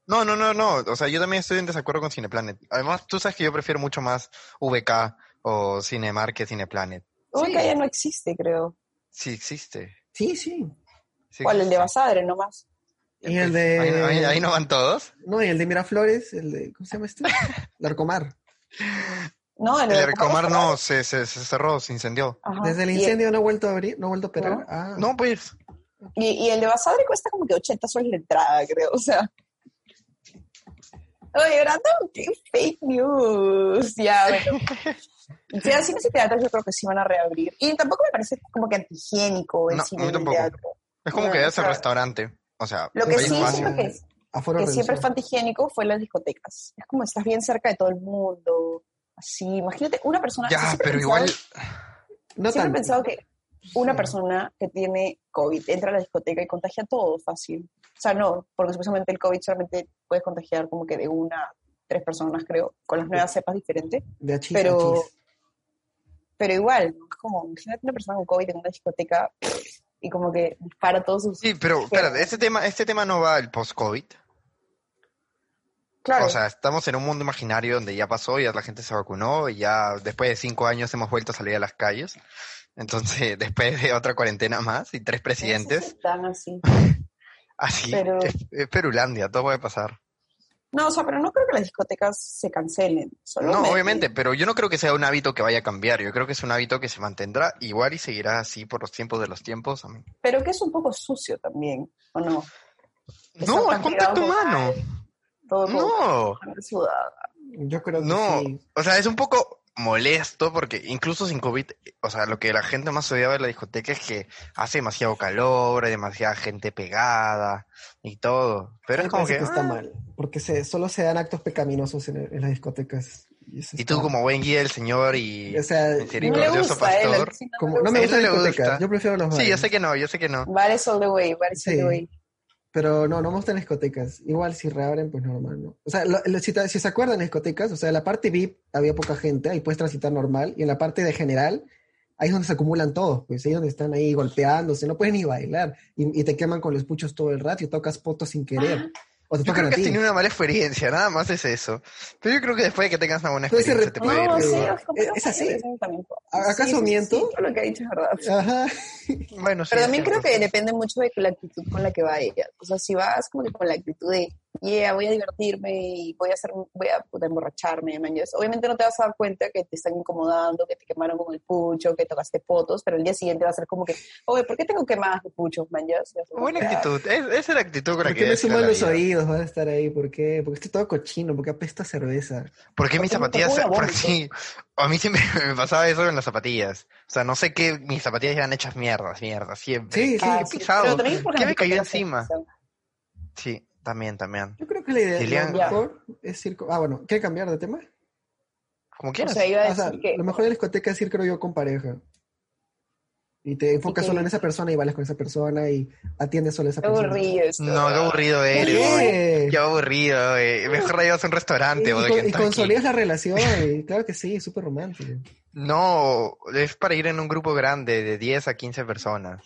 [SPEAKER 2] No, no, no, no. O sea, yo también estoy en desacuerdo con Cineplanet. Además, tú sabes que yo prefiero mucho más VK o Cinemark que Cineplanet.
[SPEAKER 3] Uy, que ya no existe, creo.
[SPEAKER 2] Sí existe.
[SPEAKER 1] Sí, sí.
[SPEAKER 2] Sí
[SPEAKER 3] ¿Cuál? El de
[SPEAKER 2] existe.
[SPEAKER 3] Basadre nomás.
[SPEAKER 1] Y el
[SPEAKER 2] Ahí-
[SPEAKER 1] de.
[SPEAKER 2] ahí- ahí no van todos.
[SPEAKER 1] No, y el de Miraflores, el de. ¿Cómo se llama este? Larcomar.
[SPEAKER 3] No, el,
[SPEAKER 2] El
[SPEAKER 3] de
[SPEAKER 2] Ercomar no, se, se, se cerró, se incendió.
[SPEAKER 3] Ajá.
[SPEAKER 1] Desde el
[SPEAKER 3] Ah, Y-
[SPEAKER 1] incendio no ha vuelto a abrir, no ha vuelto a operar.
[SPEAKER 3] No.
[SPEAKER 1] Ah,
[SPEAKER 2] No, pues.
[SPEAKER 3] Y, y el de Basadre cuesta como que 80 soles la entrada, creo. O sea. Oye, Brandon, qué fake news. Ya, bueno. Sí, así cines y teatros yo creo que sí van a reabrir. Y tampoco me parece como que antihigiénico el
[SPEAKER 2] No,
[SPEAKER 3] cine
[SPEAKER 2] a mí
[SPEAKER 3] y el
[SPEAKER 2] tampoco.
[SPEAKER 3] teatro.
[SPEAKER 2] Es como
[SPEAKER 3] No,
[SPEAKER 2] que
[SPEAKER 3] o
[SPEAKER 2] ya es el
[SPEAKER 3] sea,
[SPEAKER 2] restaurante. O sea,
[SPEAKER 3] Lo que
[SPEAKER 2] hay
[SPEAKER 1] Ahí
[SPEAKER 3] sí
[SPEAKER 1] no
[SPEAKER 2] espacio.
[SPEAKER 3] siento
[SPEAKER 1] hacen-
[SPEAKER 3] que, es-
[SPEAKER 1] aforo
[SPEAKER 3] que siempre fue
[SPEAKER 1] reducido.
[SPEAKER 3] antihigiénico fue las discotecas. Es como estás bien cerca de todo el mundo. Así, imagínate, una persona. yo
[SPEAKER 2] Ya,
[SPEAKER 3] siempre he
[SPEAKER 2] pero
[SPEAKER 3] pensado-
[SPEAKER 2] igual.
[SPEAKER 1] No
[SPEAKER 3] Siempre he
[SPEAKER 1] tanto.
[SPEAKER 3] pensado que una
[SPEAKER 1] Sí.
[SPEAKER 3] persona que tiene COVID entra a la discoteca y contagia a todo fácil. O sea, no, porque supuestamente el COVID solamente puedes contagiar como que de una a tres personas, creo, con las nuevas cepas diferentes.
[SPEAKER 1] De achis,
[SPEAKER 3] pero-
[SPEAKER 1] achis.
[SPEAKER 3] Pero igual, ¿no? es como, imagínate una persona con COVID en una discoteca y como que dispara todos sus...
[SPEAKER 2] Sí, pero espérate, este tema, este tema no va al post-COVID.
[SPEAKER 3] claro,
[SPEAKER 2] O sea, estamos en un mundo imaginario donde ya pasó, ya la gente se vacunó, y ya después de cinco años hemos vuelto a salir a las calles. Entonces, después de otra cuarentena más y tres
[SPEAKER 3] no sé si
[SPEAKER 2] presidentes,
[SPEAKER 3] están así.
[SPEAKER 2] así
[SPEAKER 3] Pero-
[SPEAKER 2] es, es Perulandia, todo puede pasar.
[SPEAKER 3] No, o sea, pero no creo que las discotecas se cancelen. Solo
[SPEAKER 2] No,
[SPEAKER 3] me-
[SPEAKER 2] obviamente, pero yo no creo que sea un hábito que vaya a cambiar. Yo creo que es un hábito que se mantendrá igual y seguirá así por los tiempos de los tiempos. Amén.
[SPEAKER 3] Pero que es un poco sucio también, ¿o no?
[SPEAKER 2] No,
[SPEAKER 3] Que son
[SPEAKER 2] es contacto
[SPEAKER 3] cantidades
[SPEAKER 2] humano.
[SPEAKER 3] vocales, Todo como
[SPEAKER 2] No.
[SPEAKER 3] sudado.
[SPEAKER 1] Yo creo que
[SPEAKER 2] No.
[SPEAKER 1] sí.
[SPEAKER 2] O sea, es un poco molesto porque incluso sin COVID, o sea, lo que la gente más odiaba de la discoteca es que hace demasiado calor, hay demasiada gente pegada y todo. Pero
[SPEAKER 1] Me
[SPEAKER 2] es como
[SPEAKER 1] parece
[SPEAKER 2] que...
[SPEAKER 1] está
[SPEAKER 2] ah.
[SPEAKER 1] mal, porque se, solo se dan actos pecaminosos en, en las discotecas. Y, eso
[SPEAKER 2] Y
[SPEAKER 1] está-
[SPEAKER 2] tú como buen guía del señor y...
[SPEAKER 1] O sea,
[SPEAKER 3] No le
[SPEAKER 2] Misericordioso
[SPEAKER 3] gusta, eh,
[SPEAKER 2] pastor.
[SPEAKER 3] la- sí,
[SPEAKER 1] como, no
[SPEAKER 2] A
[SPEAKER 1] me
[SPEAKER 2] ella
[SPEAKER 1] gustan
[SPEAKER 2] le
[SPEAKER 1] las discotecas,
[SPEAKER 2] gusta.
[SPEAKER 1] yo prefiero los
[SPEAKER 2] Sí, yo
[SPEAKER 1] bares.
[SPEAKER 2] sé que no, yo sé que no.
[SPEAKER 3] Bares all the way, bares all
[SPEAKER 1] Sí.
[SPEAKER 3] the way.
[SPEAKER 1] Pero no, no me gustan las discotecas. Igual si reabren, pues normal, ¿no? O sea, lo- lo- si, te- si se acuerdan las discotecas, o sea, en la parte VIP había poca gente, ahí puedes transitar normal, y en la parte de general, ahí es donde se acumulan todos, pues ahí es donde están ahí golpeándose, no pueden ni bailar, y, y te queman con los puchos todo el rato y tocas potos sin querer. O te
[SPEAKER 2] Ah. Yo
[SPEAKER 1] tocan
[SPEAKER 2] creo
[SPEAKER 1] a
[SPEAKER 2] que has
[SPEAKER 1] ti.
[SPEAKER 2] tenido una mala experiencia, nada más es eso. Pero yo creo que después de que tengas una buena
[SPEAKER 1] Pero ese
[SPEAKER 2] experiencia te
[SPEAKER 1] retorno- Puede
[SPEAKER 2] puede ir.
[SPEAKER 3] No,
[SPEAKER 1] ir,
[SPEAKER 3] sí,
[SPEAKER 1] pero-
[SPEAKER 3] los compañeros
[SPEAKER 1] es así.
[SPEAKER 3] mayores dicen también.
[SPEAKER 1] ¿Acaso
[SPEAKER 3] Sí, sí, sí,
[SPEAKER 1] miento? Ah,
[SPEAKER 3] todo lo que ha dicho es verdad.
[SPEAKER 1] Ajá.
[SPEAKER 2] Bueno, sí,
[SPEAKER 3] Pero
[SPEAKER 2] es
[SPEAKER 3] también creo
[SPEAKER 2] cierto.
[SPEAKER 3] que depende mucho de la actitud con la que vaya. O sea, si vas como que con la actitud de, yeah, voy a divertirme y voy a hacer, voy a puta, emborracharme, man, yes. obviamente no te vas a dar cuenta que te están incomodando, que te quemaron con el pucho, que tocaste fotos, pero el día siguiente va a ser como que, oye, ¿por qué tengo quemadas de puchos, man? yes?" Y vas a ser
[SPEAKER 2] Buena
[SPEAKER 3] como que, "Ah,
[SPEAKER 2] actitud, es, esa es la actitud con la
[SPEAKER 1] ¿Por
[SPEAKER 2] que
[SPEAKER 1] qué me
[SPEAKER 2] debes ir a
[SPEAKER 1] suman
[SPEAKER 2] la
[SPEAKER 1] los
[SPEAKER 2] vida.
[SPEAKER 1] oídos? Vas a estar ahí. ¿Por qué? Porque estoy todo cochino, porque apesta a cerveza.
[SPEAKER 2] ¿Por qué mis
[SPEAKER 3] Porque me
[SPEAKER 2] zapatillas?
[SPEAKER 3] tocó una
[SPEAKER 2] por
[SPEAKER 3] bomba.
[SPEAKER 2] sí, a mí siempre me pasaba eso en las zapatillas. O sea, no sé qué, mis zapatillas llevan hechas mierdas, mierdas, siempre.
[SPEAKER 1] Sí, sí.
[SPEAKER 2] qué
[SPEAKER 3] ah, sí".
[SPEAKER 2] pesado.
[SPEAKER 3] Pero también por
[SPEAKER 2] ¿Qué
[SPEAKER 3] las
[SPEAKER 2] me cayó
[SPEAKER 3] discotecas,
[SPEAKER 2] encima?
[SPEAKER 3] o sea,
[SPEAKER 2] Sí. También, también.
[SPEAKER 1] Yo creo que la idea
[SPEAKER 2] Lilian.
[SPEAKER 1] lo mejor es ir. co- Ah, bueno, ¿quiere cambiar de tema?
[SPEAKER 2] Como
[SPEAKER 3] O
[SPEAKER 2] quieras.
[SPEAKER 3] sea, iba a
[SPEAKER 1] O sea,
[SPEAKER 3] decir que
[SPEAKER 1] lo mejor de la discoteca es ir, creo yo, con pareja. Y te enfocas
[SPEAKER 3] que-
[SPEAKER 1] solo en esa persona y bailas con esa persona y atiendes solo a esa
[SPEAKER 3] qué
[SPEAKER 1] persona.
[SPEAKER 3] aburrido esto.
[SPEAKER 2] no, qué aburrido
[SPEAKER 1] ¿Por
[SPEAKER 2] eres. güey.
[SPEAKER 1] ah, qué?
[SPEAKER 2] Qué aburrido, güey. Mejor la llevas a un restaurante o de
[SPEAKER 1] Y, y,
[SPEAKER 2] Kentucky.
[SPEAKER 1] consolidas la relación. y claro que sí, súper romántico.
[SPEAKER 2] No, es para ir en un grupo grande de 10 a 15 personas.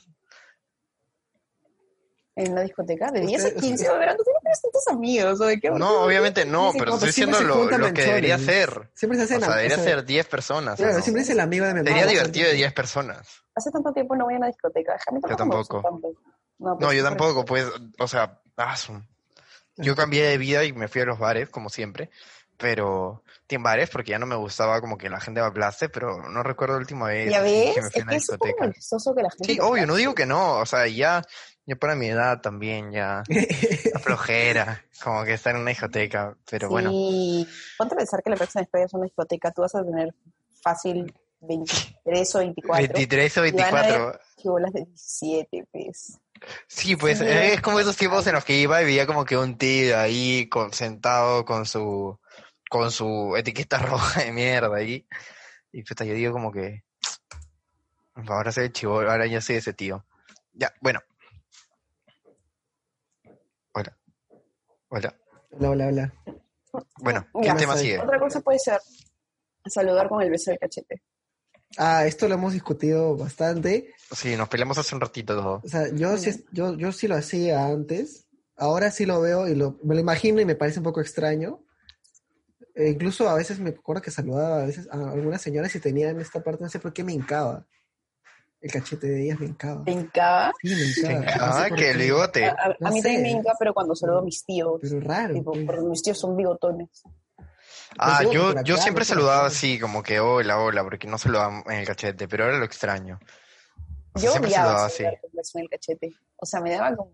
[SPEAKER 3] En la discoteca de 10 a
[SPEAKER 1] Ustedes-
[SPEAKER 3] 15, ¿verdad? Tú no tienes tantos amigos, o de qué aburrido.
[SPEAKER 2] No, obviamente no,
[SPEAKER 1] Dicen,
[SPEAKER 2] pero
[SPEAKER 1] no,
[SPEAKER 2] estoy
[SPEAKER 1] pues siempre
[SPEAKER 2] diciendo
[SPEAKER 1] se
[SPEAKER 2] lo,
[SPEAKER 1] juntan
[SPEAKER 2] lo que debería
[SPEAKER 1] manchones.
[SPEAKER 2] ser.
[SPEAKER 1] Siempre se
[SPEAKER 2] O
[SPEAKER 1] hacen.
[SPEAKER 2] sea, debería
[SPEAKER 1] o sea,
[SPEAKER 2] ser 10 personas.
[SPEAKER 1] Claro,
[SPEAKER 2] ¿no?
[SPEAKER 1] siempre es el amigo de mi
[SPEAKER 2] Sería
[SPEAKER 1] hermano.
[SPEAKER 2] divertido de 10 personas.
[SPEAKER 3] Hace tanto tiempo no voy a una discoteca. A mí tampoco. me gusta
[SPEAKER 2] tampoco.
[SPEAKER 3] tanto. No,
[SPEAKER 2] No,
[SPEAKER 3] pues,
[SPEAKER 2] yo
[SPEAKER 3] por-
[SPEAKER 2] tampoco, pues, o sea, ah, su- yo cambié de vida y me fui a los bares, como siempre, pero en bares porque ya no me gustaba como que la gente me aplaste, pero no recuerdo la última vez
[SPEAKER 3] Ya
[SPEAKER 2] así
[SPEAKER 3] ves,
[SPEAKER 2] que me fui a
[SPEAKER 3] es
[SPEAKER 2] una
[SPEAKER 3] que es súper
[SPEAKER 2] discoteca.
[SPEAKER 3] molestoso que la gente.
[SPEAKER 2] Sí,
[SPEAKER 3] te
[SPEAKER 2] obvio, no
[SPEAKER 3] trate.
[SPEAKER 2] digo que no, o sea, ya, ya para mi edad también, ya, la flojera, como que estar en una discoteca, pero
[SPEAKER 3] sí.
[SPEAKER 2] bueno,
[SPEAKER 3] Ponte a pensar que la próxima vez que vayas a una discoteca, tú vas a tener fácil 23 o 24.
[SPEAKER 2] 23 o
[SPEAKER 3] Y van a ver-
[SPEAKER 2] 24.
[SPEAKER 3] Y bolas de 17, pues.
[SPEAKER 2] Sí, pues
[SPEAKER 3] Sí.
[SPEAKER 2] eh, es como esos tiempos en los que iba y veía como que un tío ahí con- sentado con su con su etiqueta roja de mierda ahí. Y puta, yo digo como que ahora soy el chivo, ahora yo soy ese tío. Ya, bueno. Hola. Hola.
[SPEAKER 1] Bla, bla, bla.
[SPEAKER 2] Bueno, ¿qué
[SPEAKER 3] Ya.
[SPEAKER 2] tema sigue?
[SPEAKER 3] Otra cosa puede ser saludar con el beso del cachete.
[SPEAKER 1] Ah, esto lo hemos discutido bastante.
[SPEAKER 2] Sí, nos peleamos hace un ratito todo.
[SPEAKER 1] O sea, yo sí, yo, yo sí lo hacía antes. Ahora sí lo veo y lo, me lo imagino y me parece un poco extraño. E incluso a veces me acuerdo que saludaba a veces a algunas señoras y tenían esta parte, no sé por qué me hincaba. El cachete de ellas me hincaba.
[SPEAKER 3] ¿Te hincaba?
[SPEAKER 1] Sí, me hincaba. No sé
[SPEAKER 2] Ah,
[SPEAKER 1] por
[SPEAKER 2] que
[SPEAKER 1] qué,
[SPEAKER 2] el bigote.
[SPEAKER 3] A, a-
[SPEAKER 1] No
[SPEAKER 3] a mí
[SPEAKER 1] sé.
[SPEAKER 3] también me hinca, pero cuando saludo a mis tíos.
[SPEAKER 1] Pero raro.
[SPEAKER 3] Tipo,
[SPEAKER 1] pues.
[SPEAKER 3] porque mis tíos son bigotones.
[SPEAKER 2] Ah,
[SPEAKER 1] Pero por
[SPEAKER 2] yo, yo
[SPEAKER 1] pues acá,
[SPEAKER 2] siempre
[SPEAKER 1] no por
[SPEAKER 2] saludaba
[SPEAKER 1] acá.
[SPEAKER 2] así, como que hola, hola, porque no saludaba en el cachete, pero ahora lo extraño. O sea,
[SPEAKER 3] Yo
[SPEAKER 2] siempre
[SPEAKER 3] odiaba
[SPEAKER 2] saludaba así.
[SPEAKER 3] saludar con beso en el cachete. O sea, me daba como...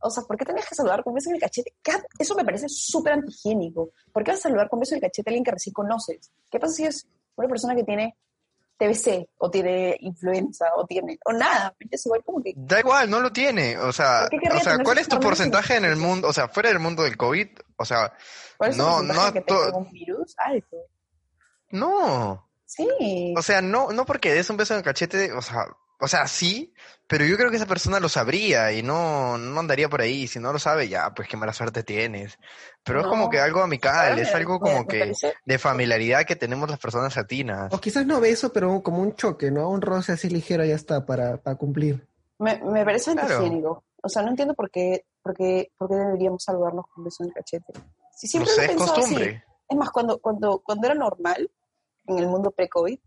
[SPEAKER 3] O sea, ¿por qué tenías que saludar con beso en el cachete? Ca- Eso me parece súper antihigiénico. ¿Por qué vas a saludar con beso en el cachete a alguien que recién conoces? ¿Qué pasa si es una persona que tiene TBC o tiene influenza o tiene... o nada. Es igual como que...
[SPEAKER 2] Da igual, no lo tiene. O sea,
[SPEAKER 3] ¿Por qué querría
[SPEAKER 2] o sea
[SPEAKER 3] tener
[SPEAKER 2] ¿cuál
[SPEAKER 3] sus
[SPEAKER 2] es tu
[SPEAKER 3] hormonas
[SPEAKER 2] porcentaje en el mundo? O sea, fuera del mundo del COVID, o sea,
[SPEAKER 3] ¿Cuál es el
[SPEAKER 2] No,
[SPEAKER 3] porcentaje
[SPEAKER 2] no,
[SPEAKER 3] que
[SPEAKER 2] to-
[SPEAKER 3] tenga un virus? Alto.
[SPEAKER 2] no.
[SPEAKER 3] Sí.
[SPEAKER 2] O sea, no, no porque des un beso en el cachete, o sea, o sea, sí, pero yo creo que esa persona lo sabría y no, no andaría por ahí. Si no lo sabe, ya, pues qué mala suerte tienes. Pero es como
[SPEAKER 3] No.
[SPEAKER 2] que algo amical,
[SPEAKER 3] Ahora
[SPEAKER 2] es
[SPEAKER 3] me-
[SPEAKER 2] algo
[SPEAKER 3] me-
[SPEAKER 2] como
[SPEAKER 3] me
[SPEAKER 2] que
[SPEAKER 3] parece-
[SPEAKER 2] de familiaridad que tenemos las personas latinas.
[SPEAKER 1] O quizás no beso, pero como un choque, ¿no? Un roce así ligero ya está para, para cumplir.
[SPEAKER 3] Me, me parece
[SPEAKER 2] Claro.
[SPEAKER 3] antihigiénico. O sea, no entiendo por qué, por qué, por qué deberíamos saludarnos con beso en el cachete. Si
[SPEAKER 2] No
[SPEAKER 3] siempre lo
[SPEAKER 2] sé,
[SPEAKER 3] he
[SPEAKER 2] es
[SPEAKER 3] pensado así.
[SPEAKER 2] costumbre.
[SPEAKER 3] Es más, cuando, cuando, cuando era normal, en el mundo pre-COVID,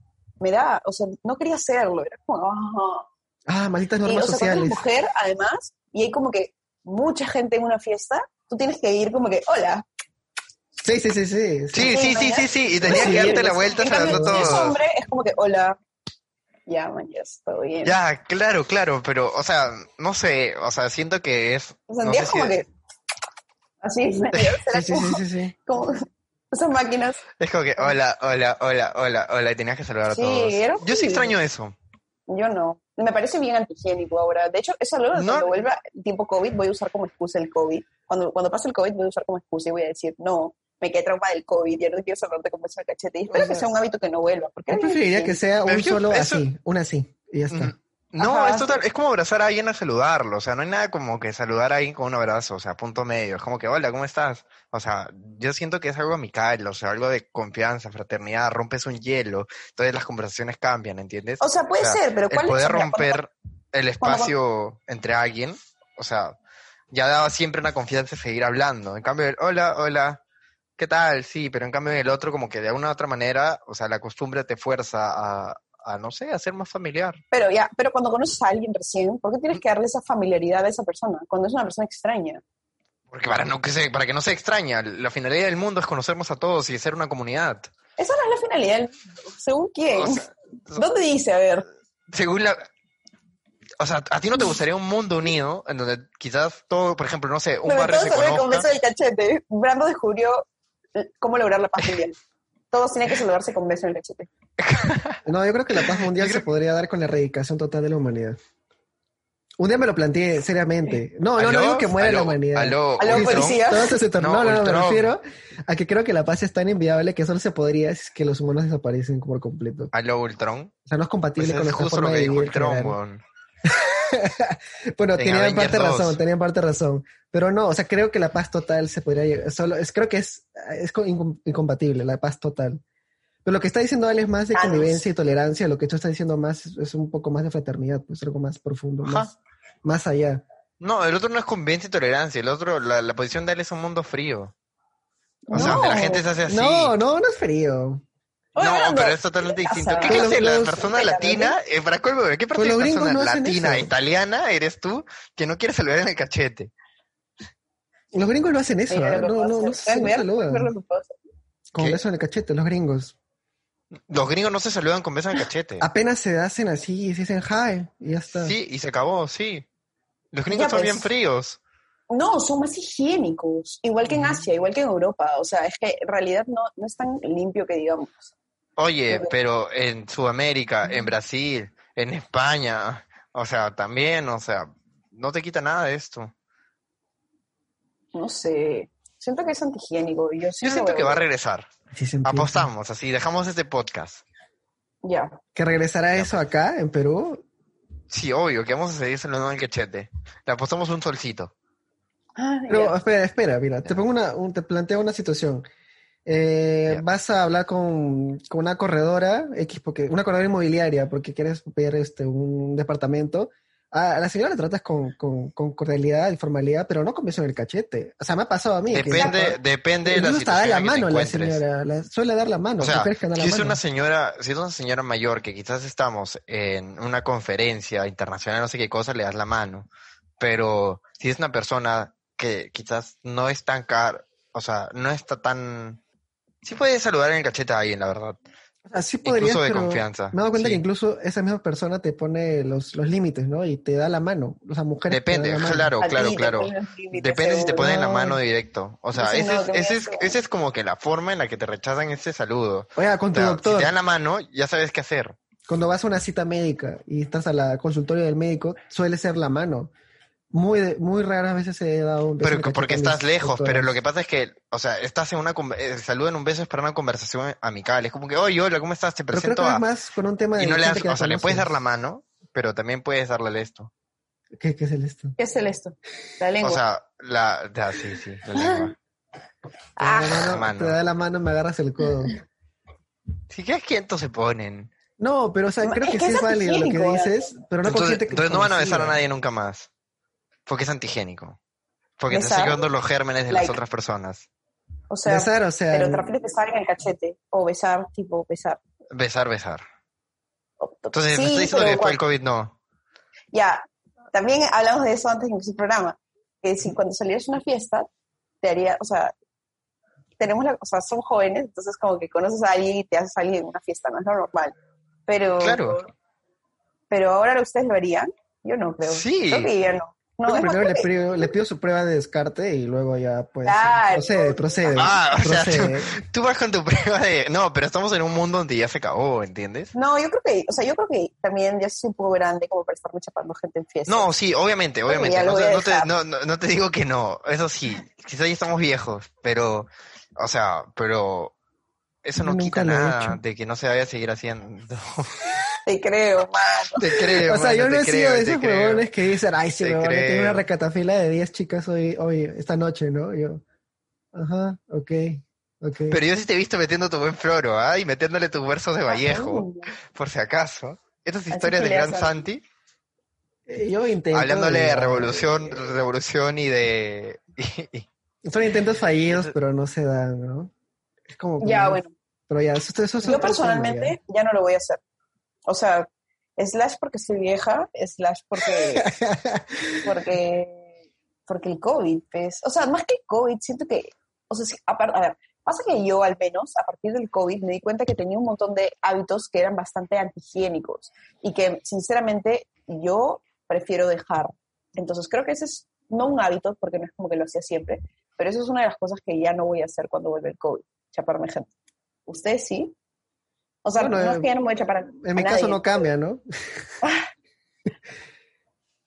[SPEAKER 3] me da, o sea, no quería hacerlo. Era como, ah.
[SPEAKER 1] Ah, malditas
[SPEAKER 3] Y, o
[SPEAKER 1] normas
[SPEAKER 3] sea, cuando eres
[SPEAKER 1] sociales.
[SPEAKER 3] mujer, además, y hay como que mucha gente en una fiesta, tú tienes que ir como que, hola.
[SPEAKER 1] Sí, sí, sí, sí.
[SPEAKER 2] Sí, sí, sí, sí, sí, y tenía
[SPEAKER 1] Sí,
[SPEAKER 2] que darte la
[SPEAKER 1] sí.
[SPEAKER 2] vuelta
[SPEAKER 3] En cambio,
[SPEAKER 2] saludando a
[SPEAKER 3] si eres
[SPEAKER 2] todos.
[SPEAKER 3] hombre, es como que, hola. Ya, man, ya, todo bien.
[SPEAKER 2] Ya, claro, claro, pero, o sea, no sé, o sea, siento que es,
[SPEAKER 3] O sea,
[SPEAKER 2] no
[SPEAKER 3] sentías
[SPEAKER 2] sé
[SPEAKER 3] como
[SPEAKER 2] si-
[SPEAKER 3] que, así, man, ya, era
[SPEAKER 1] Sí, sí,
[SPEAKER 3] como-
[SPEAKER 1] sí, sí, sí.
[SPEAKER 3] como esas máquinas.
[SPEAKER 2] es como que, hola, hola, hola, hola, hola, y tenías que saludar a
[SPEAKER 3] Sí,
[SPEAKER 2] todos.
[SPEAKER 3] era
[SPEAKER 2] Yo sí
[SPEAKER 3] horrible.
[SPEAKER 2] extraño eso.
[SPEAKER 3] Yo no. Me parece bien antihigiénico ahora. De hecho, eso luego
[SPEAKER 2] No.
[SPEAKER 3] cuando vuelva tipo COVID voy a usar como excusa el COVID. Cuando, cuando pase el COVID voy a usar como excusa y voy a decir, no, me quedé trompa del COVID, ya no quiero saludarte con beso de cachete. Y espero
[SPEAKER 1] O sea,
[SPEAKER 3] que sea un hábito que no vuelva. Porque
[SPEAKER 1] Yo preferiría que sea
[SPEAKER 2] Pero
[SPEAKER 1] un
[SPEAKER 2] yo-
[SPEAKER 1] solo
[SPEAKER 2] eso-
[SPEAKER 1] así, un así, y ya está.
[SPEAKER 2] Mm, No,
[SPEAKER 3] Ajá.
[SPEAKER 2] es total, es como abrazar a alguien a saludarlo, o sea, no hay nada como que saludar a alguien con un abrazo, o sea, punto medio, es como que, hola, ¿cómo estás? O sea, yo siento que es algo amical, o sea, algo de confianza, fraternidad, rompes un hielo, entonces las conversaciones cambian, ¿entiendes?
[SPEAKER 3] O sea, puede
[SPEAKER 2] o sea,
[SPEAKER 3] ser, pero ¿cuál
[SPEAKER 2] el poder
[SPEAKER 3] es? Mira,
[SPEAKER 2] romper el
[SPEAKER 3] cuando-
[SPEAKER 2] espacio entre alguien, o sea, ya daba siempre una confianza de seguir hablando. En cambio, el hola, hola, ¿qué tal? Sí, pero en cambio el otro como que de alguna u otra manera, o sea, la costumbre te fuerza a, a, no sé, a ser más familiar.
[SPEAKER 3] Pero ya, pero cuando conoces a alguien recién, ¿por qué tienes
[SPEAKER 2] Mm.
[SPEAKER 3] que darle esa familiaridad a esa persona? Cuando es una persona extraña.
[SPEAKER 2] Porque para, no, que se, para que no se extraña, la finalidad del mundo es conocernos a todos y ser una comunidad.
[SPEAKER 3] Esa no es la finalidad. del- ¿Según quién?
[SPEAKER 2] O sea,
[SPEAKER 3] ¿Dónde dice? A ver.
[SPEAKER 2] según la... O sea, ¿a ti no te gustaría un mundo unido en donde quizás todo, por ejemplo, no sé, un
[SPEAKER 3] Pero
[SPEAKER 2] barrio se
[SPEAKER 3] todos saludan con beso
[SPEAKER 2] conozca?
[SPEAKER 3] del cachete. Brando descubrió eh, cómo lograr la paz mundial. Todos tenían que saludarse con beso en el cachete.
[SPEAKER 1] No, yo creo que la paz mundial se podría dar con la erradicación total de la humanidad. Un día me lo planteé seriamente. No, no,
[SPEAKER 2] ¿Aló?
[SPEAKER 1] no digo que muera
[SPEAKER 2] ¿Aló?
[SPEAKER 1] la humanidad.
[SPEAKER 2] ¿Aló?
[SPEAKER 3] ¿Aló,
[SPEAKER 2] Ultron?
[SPEAKER 3] policía?
[SPEAKER 1] Entonces se tornó, no, no, no, me
[SPEAKER 2] Ultron.
[SPEAKER 1] refiero a que creo que la paz es tan inviable que solo se podría si es que los humanos desaparecen por completo.
[SPEAKER 2] ¿Aló, Ultron?
[SPEAKER 1] O sea, no es
[SPEAKER 2] Pues
[SPEAKER 1] compatible con
[SPEAKER 2] es
[SPEAKER 1] nuestra
[SPEAKER 2] justo lo
[SPEAKER 1] forma
[SPEAKER 2] que
[SPEAKER 1] de
[SPEAKER 2] dijo
[SPEAKER 1] vivir. en
[SPEAKER 2] Ultron,
[SPEAKER 1] general.
[SPEAKER 2] weón.
[SPEAKER 1] bueno,
[SPEAKER 2] en
[SPEAKER 1] tenían
[SPEAKER 2] Avengers
[SPEAKER 1] parte
[SPEAKER 2] 2.
[SPEAKER 1] razón, tenían parte razón. Pero no, o sea, creo que la paz total se podría llegar. Solo, es, creo que es, es co- incom- incompatible, la paz total. Pero lo que está diciendo él es más de
[SPEAKER 3] Thanos.
[SPEAKER 1] convivencia y tolerancia. Lo que tú estás diciendo más es, es un poco más de fraternidad, pues algo más profundo,
[SPEAKER 2] Ajá.
[SPEAKER 1] más, más allá.
[SPEAKER 2] No, el otro no es convivencia y tolerancia. El otro, la, la posición de él es un mundo frío. O sea,
[SPEAKER 3] No.
[SPEAKER 2] donde la gente se hace así.
[SPEAKER 1] No, no, no es frío.
[SPEAKER 3] Oye,
[SPEAKER 2] No,
[SPEAKER 3] Fernando,
[SPEAKER 2] pero es totalmente
[SPEAKER 3] ¿qué pasa?
[SPEAKER 2] distinto. ¿Qué
[SPEAKER 1] Pero
[SPEAKER 2] clase de
[SPEAKER 1] los-
[SPEAKER 2] la persona latina? eh, para colmo, ¿qué parte
[SPEAKER 1] Pero
[SPEAKER 2] de
[SPEAKER 1] los gringos
[SPEAKER 2] persona
[SPEAKER 1] no hacen
[SPEAKER 2] latina,
[SPEAKER 1] eso.
[SPEAKER 2] italiana eres tú que no quieres saludar en el cachete?
[SPEAKER 1] Los gringos no hacen eso,
[SPEAKER 3] mira
[SPEAKER 1] ¿eh?
[SPEAKER 3] lo que
[SPEAKER 1] no, no, no,
[SPEAKER 3] pasa.
[SPEAKER 1] se no
[SPEAKER 3] Mira,
[SPEAKER 1] saludan.
[SPEAKER 3] mira lo que pasa.
[SPEAKER 1] Con
[SPEAKER 2] ¿Qué?
[SPEAKER 1] beso en el cachete, los gringos.
[SPEAKER 2] Los gringos no se saludan con besos en el cachete.
[SPEAKER 1] Apenas se hacen así y se dicen hi y ya Ah, está.
[SPEAKER 2] Sí, y se acabó, sí. Los gringos
[SPEAKER 3] Ya,
[SPEAKER 2] son bien
[SPEAKER 3] pues.
[SPEAKER 2] fríos.
[SPEAKER 3] No, son más higiénicos, igual que en
[SPEAKER 1] Mm.
[SPEAKER 3] Asia, igual que en Europa. O sea, es que en realidad no, no es tan limpio que digamos.
[SPEAKER 2] Oye,
[SPEAKER 3] Pero-
[SPEAKER 2] pero en Sudamérica, en Brasil, en España, o sea, también, o sea, no te quita nada de esto.
[SPEAKER 3] No sé. Siento que es antihigiénico. y Yo,
[SPEAKER 2] Yo siento que va a regresar.
[SPEAKER 1] Así se empieza.
[SPEAKER 2] Apostamos, así, dejamos este podcast.
[SPEAKER 3] Ya.
[SPEAKER 1] Que regresará
[SPEAKER 2] Ya, pues.
[SPEAKER 1] eso acá en Perú.
[SPEAKER 2] Sí, obvio, que vamos a seguir saludando en el cachete. Le apostamos un solcito.
[SPEAKER 3] Ah,
[SPEAKER 1] Pero
[SPEAKER 3] ya.
[SPEAKER 1] espera, espera, mira, te pongo una, un- te planteo una situación. Eh,
[SPEAKER 2] Ya.
[SPEAKER 1] Vas a hablar con, con una corredora X, porque una corredora inmobiliaria, porque quieres pedir este un departamento. A, a la señora la tratas con, con, con cordialidad y formalidad, pero no con beso en el cachete. O sea, me ha pasado a mí. que-
[SPEAKER 2] Depende, depende de la
[SPEAKER 1] Incluso hasta da
[SPEAKER 2] situación
[SPEAKER 1] la
[SPEAKER 2] en que te
[SPEAKER 1] mano la
[SPEAKER 2] encuentres.
[SPEAKER 1] señora, la- suele dar la mano.
[SPEAKER 2] O sea,
[SPEAKER 1] mujeres que dan la
[SPEAKER 2] si es
[SPEAKER 1] mano.
[SPEAKER 2] una señora, si es una señora mayor que quizás estamos en una conferencia internacional, no sé qué cosa, le das la mano. Pero si es una persona que quizás no es tan car, o sea, no está tan, sí puede saludar en el cachete a alguien, la verdad.
[SPEAKER 1] Así podrías,
[SPEAKER 2] Incluso de
[SPEAKER 1] pero
[SPEAKER 2] confianza.
[SPEAKER 1] Me he dado cuenta
[SPEAKER 2] sí.
[SPEAKER 1] que incluso esa misma persona te pone los, los límites, ¿no? Y te da la mano. O sea, mujeres. te dan
[SPEAKER 2] Depende,
[SPEAKER 1] la mano.
[SPEAKER 2] claro,
[SPEAKER 3] A ti
[SPEAKER 2] oh, claro,
[SPEAKER 3] te
[SPEAKER 2] claro.
[SPEAKER 3] ponen los límites,
[SPEAKER 2] Depende si te
[SPEAKER 3] seguro.
[SPEAKER 2] ponen la
[SPEAKER 1] No.
[SPEAKER 2] mano directo. O sea,
[SPEAKER 3] Dicen,
[SPEAKER 2] ese,
[SPEAKER 3] no,
[SPEAKER 2] es,
[SPEAKER 3] qué
[SPEAKER 2] ese, es,
[SPEAKER 3] asco.
[SPEAKER 2] ese es como que la forma en la que te rechazan ese saludo.
[SPEAKER 1] Oiga, con
[SPEAKER 2] O
[SPEAKER 1] tu
[SPEAKER 2] sea, si
[SPEAKER 1] doctor,
[SPEAKER 2] te dan la mano, ya sabes qué hacer.
[SPEAKER 1] cuando vas a una cita médica y estás a la consultorio del médico, suele ser la mano. Muy, de- muy raras veces se he dado un beso. en
[SPEAKER 2] Pero
[SPEAKER 1] el
[SPEAKER 2] que-
[SPEAKER 1] cachete
[SPEAKER 2] porque
[SPEAKER 1] a mis
[SPEAKER 2] estás lejos, pero
[SPEAKER 1] doctoras.
[SPEAKER 2] lo que pasa es que, o sea, estás en una con- eh, saludo en un beso es para una conversación amigable. Es como que, oye, hola, ¿cómo estás? Te
[SPEAKER 1] Pero creo
[SPEAKER 2] presento
[SPEAKER 1] que es
[SPEAKER 2] a.
[SPEAKER 1] más con un tema de.
[SPEAKER 2] Y no le
[SPEAKER 1] gente
[SPEAKER 2] das,
[SPEAKER 1] que
[SPEAKER 2] o sea, le
[SPEAKER 1] conoces.
[SPEAKER 2] puedes dar la mano, pero también puedes darle esto.
[SPEAKER 1] ¿Qué, qué es el esto?
[SPEAKER 3] ¿Qué es el esto? La
[SPEAKER 2] O
[SPEAKER 3] lengua.
[SPEAKER 2] sea, la. ah, sí, sí, la lengua.
[SPEAKER 1] Te da la
[SPEAKER 3] Ah,
[SPEAKER 1] mano-
[SPEAKER 2] mano.
[SPEAKER 1] Te da la mano, me agarras el codo.
[SPEAKER 2] Si quieres quietos se ponen.
[SPEAKER 1] No, pero o sea,
[SPEAKER 3] Es
[SPEAKER 1] creo que,
[SPEAKER 3] que
[SPEAKER 1] sí
[SPEAKER 3] es
[SPEAKER 1] es válido lo que
[SPEAKER 3] antihigiénico.
[SPEAKER 1] dices, pero no con
[SPEAKER 2] Entonces,
[SPEAKER 1] gente que
[SPEAKER 2] entonces no van a besar a
[SPEAKER 1] conocida.
[SPEAKER 2] nadie nunca más. Porque es antigénico. Porque te está
[SPEAKER 3] Besar,
[SPEAKER 2] llevando los gérmenes de las
[SPEAKER 3] like.
[SPEAKER 2] otras personas.
[SPEAKER 3] o sea,
[SPEAKER 1] besar, o sea,
[SPEAKER 3] pero te refieres besar en el cachete. O besar, tipo, besar.
[SPEAKER 2] Besar, besar.
[SPEAKER 3] O-
[SPEAKER 2] Entonces,
[SPEAKER 3] sí,
[SPEAKER 2] me está diciendo
[SPEAKER 3] pero
[SPEAKER 2] que después del
[SPEAKER 3] cuando-
[SPEAKER 2] COVID no.
[SPEAKER 3] Ya, también hablamos de eso antes en el programa, que si cuando salieras a una fiesta, te haría, o sea, tenemos la, o sea, son jóvenes, entonces como que conoces a alguien y te haces a alguien en una fiesta, no es lo normal.
[SPEAKER 1] Oh.
[SPEAKER 3] Pero,
[SPEAKER 2] Claro.
[SPEAKER 3] pero ahora ustedes lo harían, yo no creo.
[SPEAKER 2] Sí.
[SPEAKER 3] Creo que yo no. No,
[SPEAKER 1] Yo
[SPEAKER 3] es más,
[SPEAKER 1] primero le
[SPEAKER 3] creo que-
[SPEAKER 1] pido, le pido su prueba de descarte y luego ya pues
[SPEAKER 3] Claro.
[SPEAKER 1] procede, procede.
[SPEAKER 2] Ah, o sea,
[SPEAKER 1] procede.
[SPEAKER 2] Tú vas con tu prueba de. No, pero estamos en un mundo donde ya se acabó, ¿entiendes?
[SPEAKER 3] no, yo creo que, o sea, yo creo que también ya soy un poco grande como para estarme chapando gente en fiesta.
[SPEAKER 2] No, sí, obviamente,
[SPEAKER 3] Bueno,
[SPEAKER 2] obviamente.
[SPEAKER 3] ya lo
[SPEAKER 2] No
[SPEAKER 3] voy
[SPEAKER 2] te,
[SPEAKER 3] a
[SPEAKER 2] no, te,
[SPEAKER 3] dejar.
[SPEAKER 2] no, no- no te digo que no, eso sí. Quizás ya estamos viejos, pero, o sea, pero eso no
[SPEAKER 1] Nunca
[SPEAKER 2] quita
[SPEAKER 1] lo he
[SPEAKER 2] nada
[SPEAKER 1] hecho.
[SPEAKER 2] de que no se vaya a seguir haciendo.
[SPEAKER 3] Te creo, mano.
[SPEAKER 2] te creo.
[SPEAKER 1] O sea, yo
[SPEAKER 2] mano,
[SPEAKER 1] no he
[SPEAKER 2] te creo,
[SPEAKER 1] sido de
[SPEAKER 2] te
[SPEAKER 1] esos
[SPEAKER 2] creo.
[SPEAKER 1] huevones que dicen, ay, sí,
[SPEAKER 2] Te
[SPEAKER 1] huevón,
[SPEAKER 2] creo.
[SPEAKER 1] tengo una recatafila de 10 chicas hoy, hoy, esta noche, ¿no? Yo, ajá, ok, ok.
[SPEAKER 2] Pero yo sí te he visto metiendo tu buen floro, ¿ah? Y metiéndole tus versos
[SPEAKER 1] Ah,
[SPEAKER 2] de Vallejo, por si acaso. Estas historias del
[SPEAKER 3] peleas
[SPEAKER 2] gran
[SPEAKER 3] son.
[SPEAKER 2] Santi,
[SPEAKER 1] Eh, yo intento...
[SPEAKER 2] hablándole de
[SPEAKER 1] olvidar,
[SPEAKER 2] revolución,
[SPEAKER 1] eh,
[SPEAKER 2] revolución y de... y- y-
[SPEAKER 1] Son intentos fallidos, pero no se dan, ¿no? Es como...
[SPEAKER 3] Ya,
[SPEAKER 1] como-
[SPEAKER 3] bueno.
[SPEAKER 1] Pero ya, eso, eso, eso-
[SPEAKER 3] Yo personalmente ya no lo voy a hacer. O sea, slash porque soy vieja, slash porque, porque, porque el COVID, pues. O sea, más que el COVID, siento que, o sea, sí, apar- a ver, pasa que yo al menos, a partir del COVID, me di cuenta que tenía un montón de hábitos que eran bastante antihigiénicos y que, sinceramente, yo prefiero dejar. Entonces, creo que ese es, no un hábito, porque no es como que lo hacía siempre, pero eso es una de las cosas que ya no voy a hacer cuando vuelve el COVID, chaparme gente. ¿Ustedes sí? O sea,
[SPEAKER 1] Bueno,
[SPEAKER 3] no
[SPEAKER 1] eh,
[SPEAKER 3] es que ya no me voy a chapar a-
[SPEAKER 1] En mi
[SPEAKER 3] a
[SPEAKER 1] caso
[SPEAKER 3] nadie.
[SPEAKER 1] no cambia, ¿no?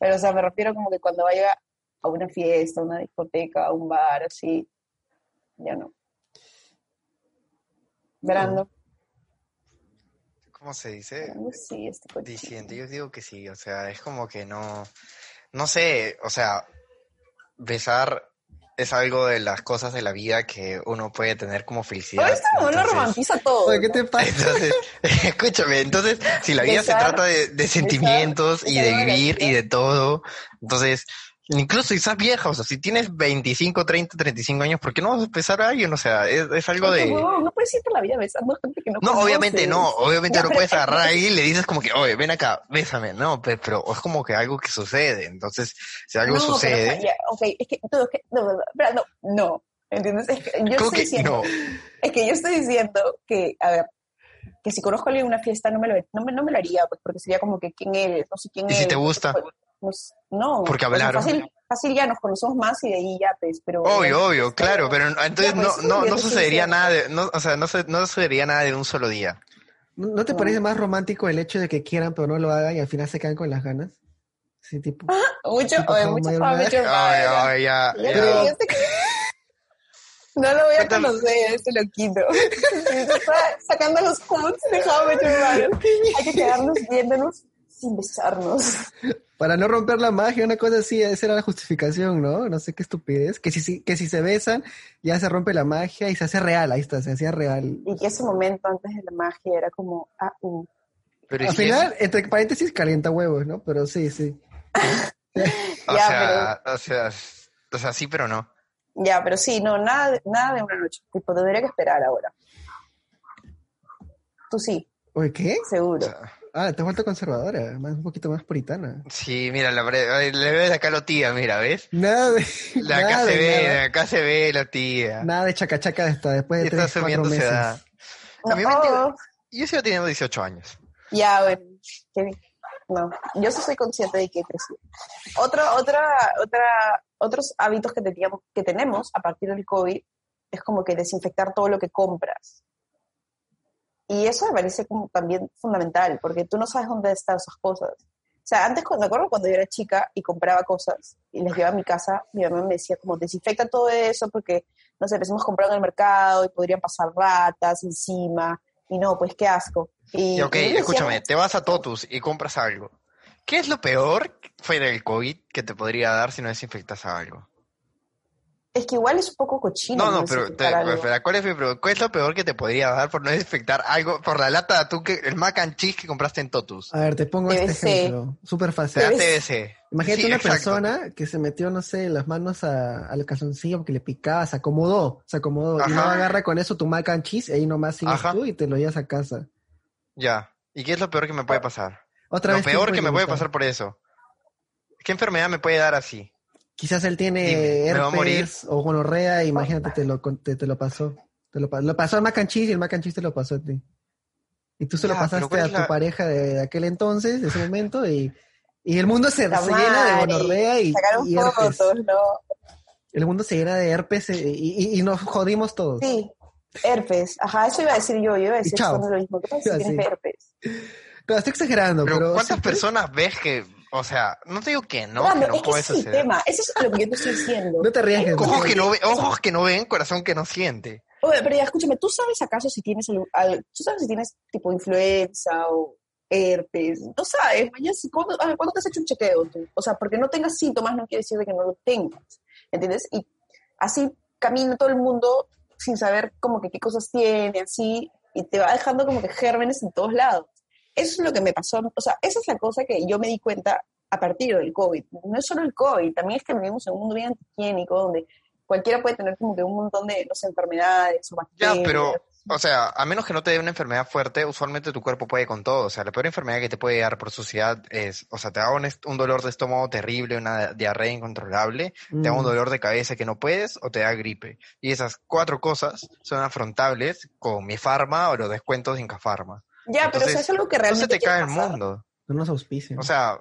[SPEAKER 3] Pero, o sea, me refiero como que cuando vaya a una fiesta, a una discoteca, a un bar, así, ya no. Verando.
[SPEAKER 2] ¿Cómo se dice?
[SPEAKER 3] verando sí, este coche.
[SPEAKER 2] Diciendo, yo digo que sí, o sea, es como que no, no sé, o sea, besar es algo de las cosas de la vida que uno puede tener como felicidad.
[SPEAKER 3] Pero esta mujer lo
[SPEAKER 2] entonces-
[SPEAKER 3] romantiza todo.
[SPEAKER 1] Oye, ¿qué
[SPEAKER 3] ¿no?
[SPEAKER 1] te pasa?
[SPEAKER 2] Entonces, escúchame, entonces, si la vida
[SPEAKER 3] Besar,
[SPEAKER 2] se trata de, de sentimientos y
[SPEAKER 3] besar
[SPEAKER 2] de
[SPEAKER 3] a la
[SPEAKER 2] vivir y
[SPEAKER 3] vida.
[SPEAKER 2] de todo, entonces, incluso si estás vieja, o sea, si tienes 25, 30, 35 años, ¿por qué no vas a besar a alguien? O sea, es, es algo
[SPEAKER 3] Porque,
[SPEAKER 2] de...
[SPEAKER 3] huevón, no puedes ir por la vida besando gente que no
[SPEAKER 2] No,
[SPEAKER 3] conoces.
[SPEAKER 2] obviamente no, obviamente
[SPEAKER 3] Ya,
[SPEAKER 2] no
[SPEAKER 3] pero-
[SPEAKER 2] puedes agarrar ahí y le dices como que, oye, ven acá, bésame, no, pe- pero, es como que algo que sucede, entonces, si algo
[SPEAKER 3] no, pero,
[SPEAKER 2] sucede,
[SPEAKER 3] o sea, ya, ok, es que todo, es que, no, no, no, espera, no, no, ¿entiendes? Es que yo
[SPEAKER 2] ¿cómo
[SPEAKER 3] estoy
[SPEAKER 2] que
[SPEAKER 3] diciendo,
[SPEAKER 2] no?
[SPEAKER 3] es que yo estoy diciendo que, a ver, que si conozco a alguien en una fiesta no me lo, no me, no me lo haría, pues, porque sería como que, ¿quién eres? No sé quién
[SPEAKER 2] ¿Y si
[SPEAKER 3] eres.
[SPEAKER 2] te gusta?
[SPEAKER 3] No, sé, pues, no.
[SPEAKER 2] Porque
[SPEAKER 3] o sea,
[SPEAKER 2] hablaron.
[SPEAKER 3] fácil, fácil ya nos conocemos más y de ahí ya, pues, pero...
[SPEAKER 2] Obvio, obvio,
[SPEAKER 3] Está
[SPEAKER 2] claro,
[SPEAKER 3] bien.
[SPEAKER 2] pero entonces
[SPEAKER 3] Ya, pues,
[SPEAKER 2] no,
[SPEAKER 3] eso es lo
[SPEAKER 2] no,
[SPEAKER 3] que
[SPEAKER 2] no
[SPEAKER 3] yo estoy
[SPEAKER 2] sucedería
[SPEAKER 3] diciendo.
[SPEAKER 2] nada, de- no, o sea, no, se- no sucedería nada de un solo día.
[SPEAKER 1] ¿No no te
[SPEAKER 3] No.
[SPEAKER 1] parece más romántico el hecho de que quieran pero no lo hagan y al final se quedan con las ganas? Sí, tipo.
[SPEAKER 3] Mucho,
[SPEAKER 1] Tipo,
[SPEAKER 3] oye,
[SPEAKER 1] How
[SPEAKER 3] mucho,
[SPEAKER 1] My
[SPEAKER 3] oye,
[SPEAKER 1] Mother.
[SPEAKER 2] Ay,
[SPEAKER 1] Qué
[SPEAKER 3] mucho, oye.
[SPEAKER 2] ay, ya,
[SPEAKER 3] Ya
[SPEAKER 2] ya.
[SPEAKER 3] te digo, este que- No lo voy a
[SPEAKER 2] Cuéntame.
[SPEAKER 3] conocer, este loquito. Este Está sacando los quotes de How I Met Your Mother. Hay que quedarnos viéndonos sin besarnos.
[SPEAKER 1] Para no romper la magia, una cosa así, esa era la justificación, ¿no? No sé qué estupidez. Que si- si, que si se besan, ya se rompe la magia y se hace real, ahí está, se hacía real.
[SPEAKER 3] Y que ese momento antes de la magia era como, ah, uh.
[SPEAKER 2] Pero
[SPEAKER 1] Al
[SPEAKER 2] es que-
[SPEAKER 1] final, entre paréntesis, calienta huevos, ¿no? Pero sí, sí.
[SPEAKER 2] o,
[SPEAKER 3] Ya,
[SPEAKER 2] sea, o sea, o sea, sí, pero no.
[SPEAKER 3] Ya, pero sí, no, nada, de- nada de una noche. Tipo, tendría que esperar ahora. Tú sí,
[SPEAKER 1] Oye, ¿qué?
[SPEAKER 2] O
[SPEAKER 3] seguro.
[SPEAKER 2] sea,
[SPEAKER 1] Ah, te has vuelto conservadora, más, un poquito más puritana.
[SPEAKER 2] sí, mira, la, pre- le ves acá lo tía, mira, ¿ves?
[SPEAKER 1] Nada de.
[SPEAKER 2] La
[SPEAKER 1] nada
[SPEAKER 2] acá se
[SPEAKER 1] de
[SPEAKER 2] ve,
[SPEAKER 1] nada.
[SPEAKER 2] la acá se ve la tía.
[SPEAKER 1] Nada de chacachaca hasta después de
[SPEAKER 2] Y está
[SPEAKER 1] tres, cuatro
[SPEAKER 2] subiendo
[SPEAKER 1] meses.
[SPEAKER 2] edad. A
[SPEAKER 3] No,
[SPEAKER 2] mí me entiendo-
[SPEAKER 3] oh,
[SPEAKER 2] Yo sigo teniendo 18 años.
[SPEAKER 3] ya, bueno. qué bien. No, yo sí soy consciente de que he crecido. Otra, otra, otra, otros hábitos que, teníamos, que tenemos a partir del COVID es como que desinfectar todo lo que compras. Y eso me parece como también fundamental, porque tú no sabes dónde están esas cosas. O sea, antes, cuando, me acuerdo cuando yo era chica y compraba cosas y las llevaba a mi casa, mi mamá me decía como, desinfecta todo eso porque, no sé, empezamos a comprar en el mercado y podrían pasar ratas encima. Y no, pues qué asco. Y,
[SPEAKER 2] Y ok,
[SPEAKER 3] y yo le decía,
[SPEAKER 2] escúchame, te vas a Totus y compras algo. ¿Qué es lo peor fuera del COVID que te podría dar si no desinfectas algo?
[SPEAKER 3] Es que igual es un poco cochino.
[SPEAKER 2] No, no, pero te-
[SPEAKER 3] desinfectar algo.
[SPEAKER 2] espera, ¿cuál es, mi pre- ¿cuál es lo peor que te podría dar por no desinfectar algo? Por la lata de atún, que, el mac and cheese que compraste en Totus.
[SPEAKER 1] A ver, te pongo este
[SPEAKER 3] TBC.
[SPEAKER 1] ejemplo, súper
[SPEAKER 2] Te
[SPEAKER 1] fácil.
[SPEAKER 2] da
[SPEAKER 3] Pero es-
[SPEAKER 2] TBC.
[SPEAKER 1] Imagínate
[SPEAKER 2] Sí,
[SPEAKER 1] una
[SPEAKER 2] exacto.
[SPEAKER 1] persona que se metió, no sé, las manos a- al calzoncillo porque le picaba, se acomodó, se acomodó, y
[SPEAKER 2] Ajá.
[SPEAKER 1] no agarra con eso tu mac and cheese, y ahí nomás sigues
[SPEAKER 2] Ajá.
[SPEAKER 1] tú y te lo llevas a casa.
[SPEAKER 2] Ya. ¿Y qué es lo peor que me puede pasar?
[SPEAKER 1] Otra
[SPEAKER 2] Lo
[SPEAKER 1] vez pues,
[SPEAKER 2] peor
[SPEAKER 1] tiempo
[SPEAKER 2] que me puede
[SPEAKER 1] ilimitado.
[SPEAKER 2] pasar por eso. ¿Qué enfermedad me puede dar así?
[SPEAKER 1] Quizás él tiene
[SPEAKER 2] Dime, ¿me va a morir?
[SPEAKER 1] herpes o gonorrea, imagínate, te lo, con- te, te lo pasó. Te lo, pa- lo pasó al mac and cheese y el mac and cheese te lo pasó a ti. Y tú se lo
[SPEAKER 2] Ya, pero
[SPEAKER 1] pasaste
[SPEAKER 2] ¿cuál
[SPEAKER 1] a
[SPEAKER 2] es
[SPEAKER 1] tu
[SPEAKER 2] la-
[SPEAKER 1] pareja de, de aquel entonces, de ese momento, y, y el mundo se,
[SPEAKER 3] La
[SPEAKER 1] se llena de
[SPEAKER 3] madre,
[SPEAKER 1] gonorrea y,
[SPEAKER 3] Sacaron
[SPEAKER 1] y herpes.
[SPEAKER 3] fotos, ¿no?
[SPEAKER 1] El mundo se llena de herpes eh, y, y- y nos jodimos todos.
[SPEAKER 3] Sí, herpes. Ajá, eso iba a decir yo. Yo iba a decir
[SPEAKER 1] chao.
[SPEAKER 3] son lo mismo. ¿Qué pasa
[SPEAKER 1] Ya,
[SPEAKER 3] si tienes
[SPEAKER 1] sí.
[SPEAKER 3] herpes?
[SPEAKER 1] Claro, estoy exagerando,
[SPEAKER 2] Pero,
[SPEAKER 1] pero.
[SPEAKER 2] ¿cuántas
[SPEAKER 1] sí,
[SPEAKER 2] personas ves que, o sea, no te digo que no,
[SPEAKER 3] Claro,
[SPEAKER 2] que no
[SPEAKER 3] es que
[SPEAKER 2] puede
[SPEAKER 3] ese es el
[SPEAKER 2] suceder?
[SPEAKER 3] tema. Eso es lo que yo te estoy diciendo.
[SPEAKER 1] No te rías, gente.
[SPEAKER 2] Ojos que no ven, ojos que no ven, corazón que no siente.
[SPEAKER 3] Oye, pero ya, escúchame, ¿tú sabes acaso si tienes, algún- al- ¿tú sabes si tienes tipo influenza o herpes? No sabes, mañana, si- ¿cuándo, a ver, ¿cuándo te has hecho un chequeo tú? O sea, porque no tengas síntomas no quiere decir de que no lo tengas, ¿entiendes? Y así camina todo el mundo sin saber como que qué cosas tiene, así, y te va dejando como que gérmenes en todos lados. Eso es lo que me pasó, o sea, esa es la cosa que yo me di cuenta a partir del COVID. No es solo el COVID, también es que vivimos en un mundo bien antihigiénico donde cualquiera puede tener como que un montón de, no sé, enfermedades o
[SPEAKER 2] Ya,
[SPEAKER 3] bacterias.
[SPEAKER 2] pero, o sea, a menos que no te dé una enfermedad fuerte, usualmente tu cuerpo puede con todo. O sea, la peor enfermedad que te puede dar por suciedad es, o sea, te da un, est- un dolor de estómago terrible, una diarrea incontrolable, te
[SPEAKER 3] Mm.
[SPEAKER 2] da un dolor de cabeza que no puedes o te da gripe. Y esas cuatro cosas son afrontables con mi farma o los descuentos en Cafarma.
[SPEAKER 3] Ya, pero o sea,
[SPEAKER 2] entonces,
[SPEAKER 3] es algo que
[SPEAKER 2] Entonces
[SPEAKER 3] realmente
[SPEAKER 2] te cae el
[SPEAKER 3] quiere pasar.
[SPEAKER 2] mundo.
[SPEAKER 1] No nos auspicien.
[SPEAKER 2] O sea,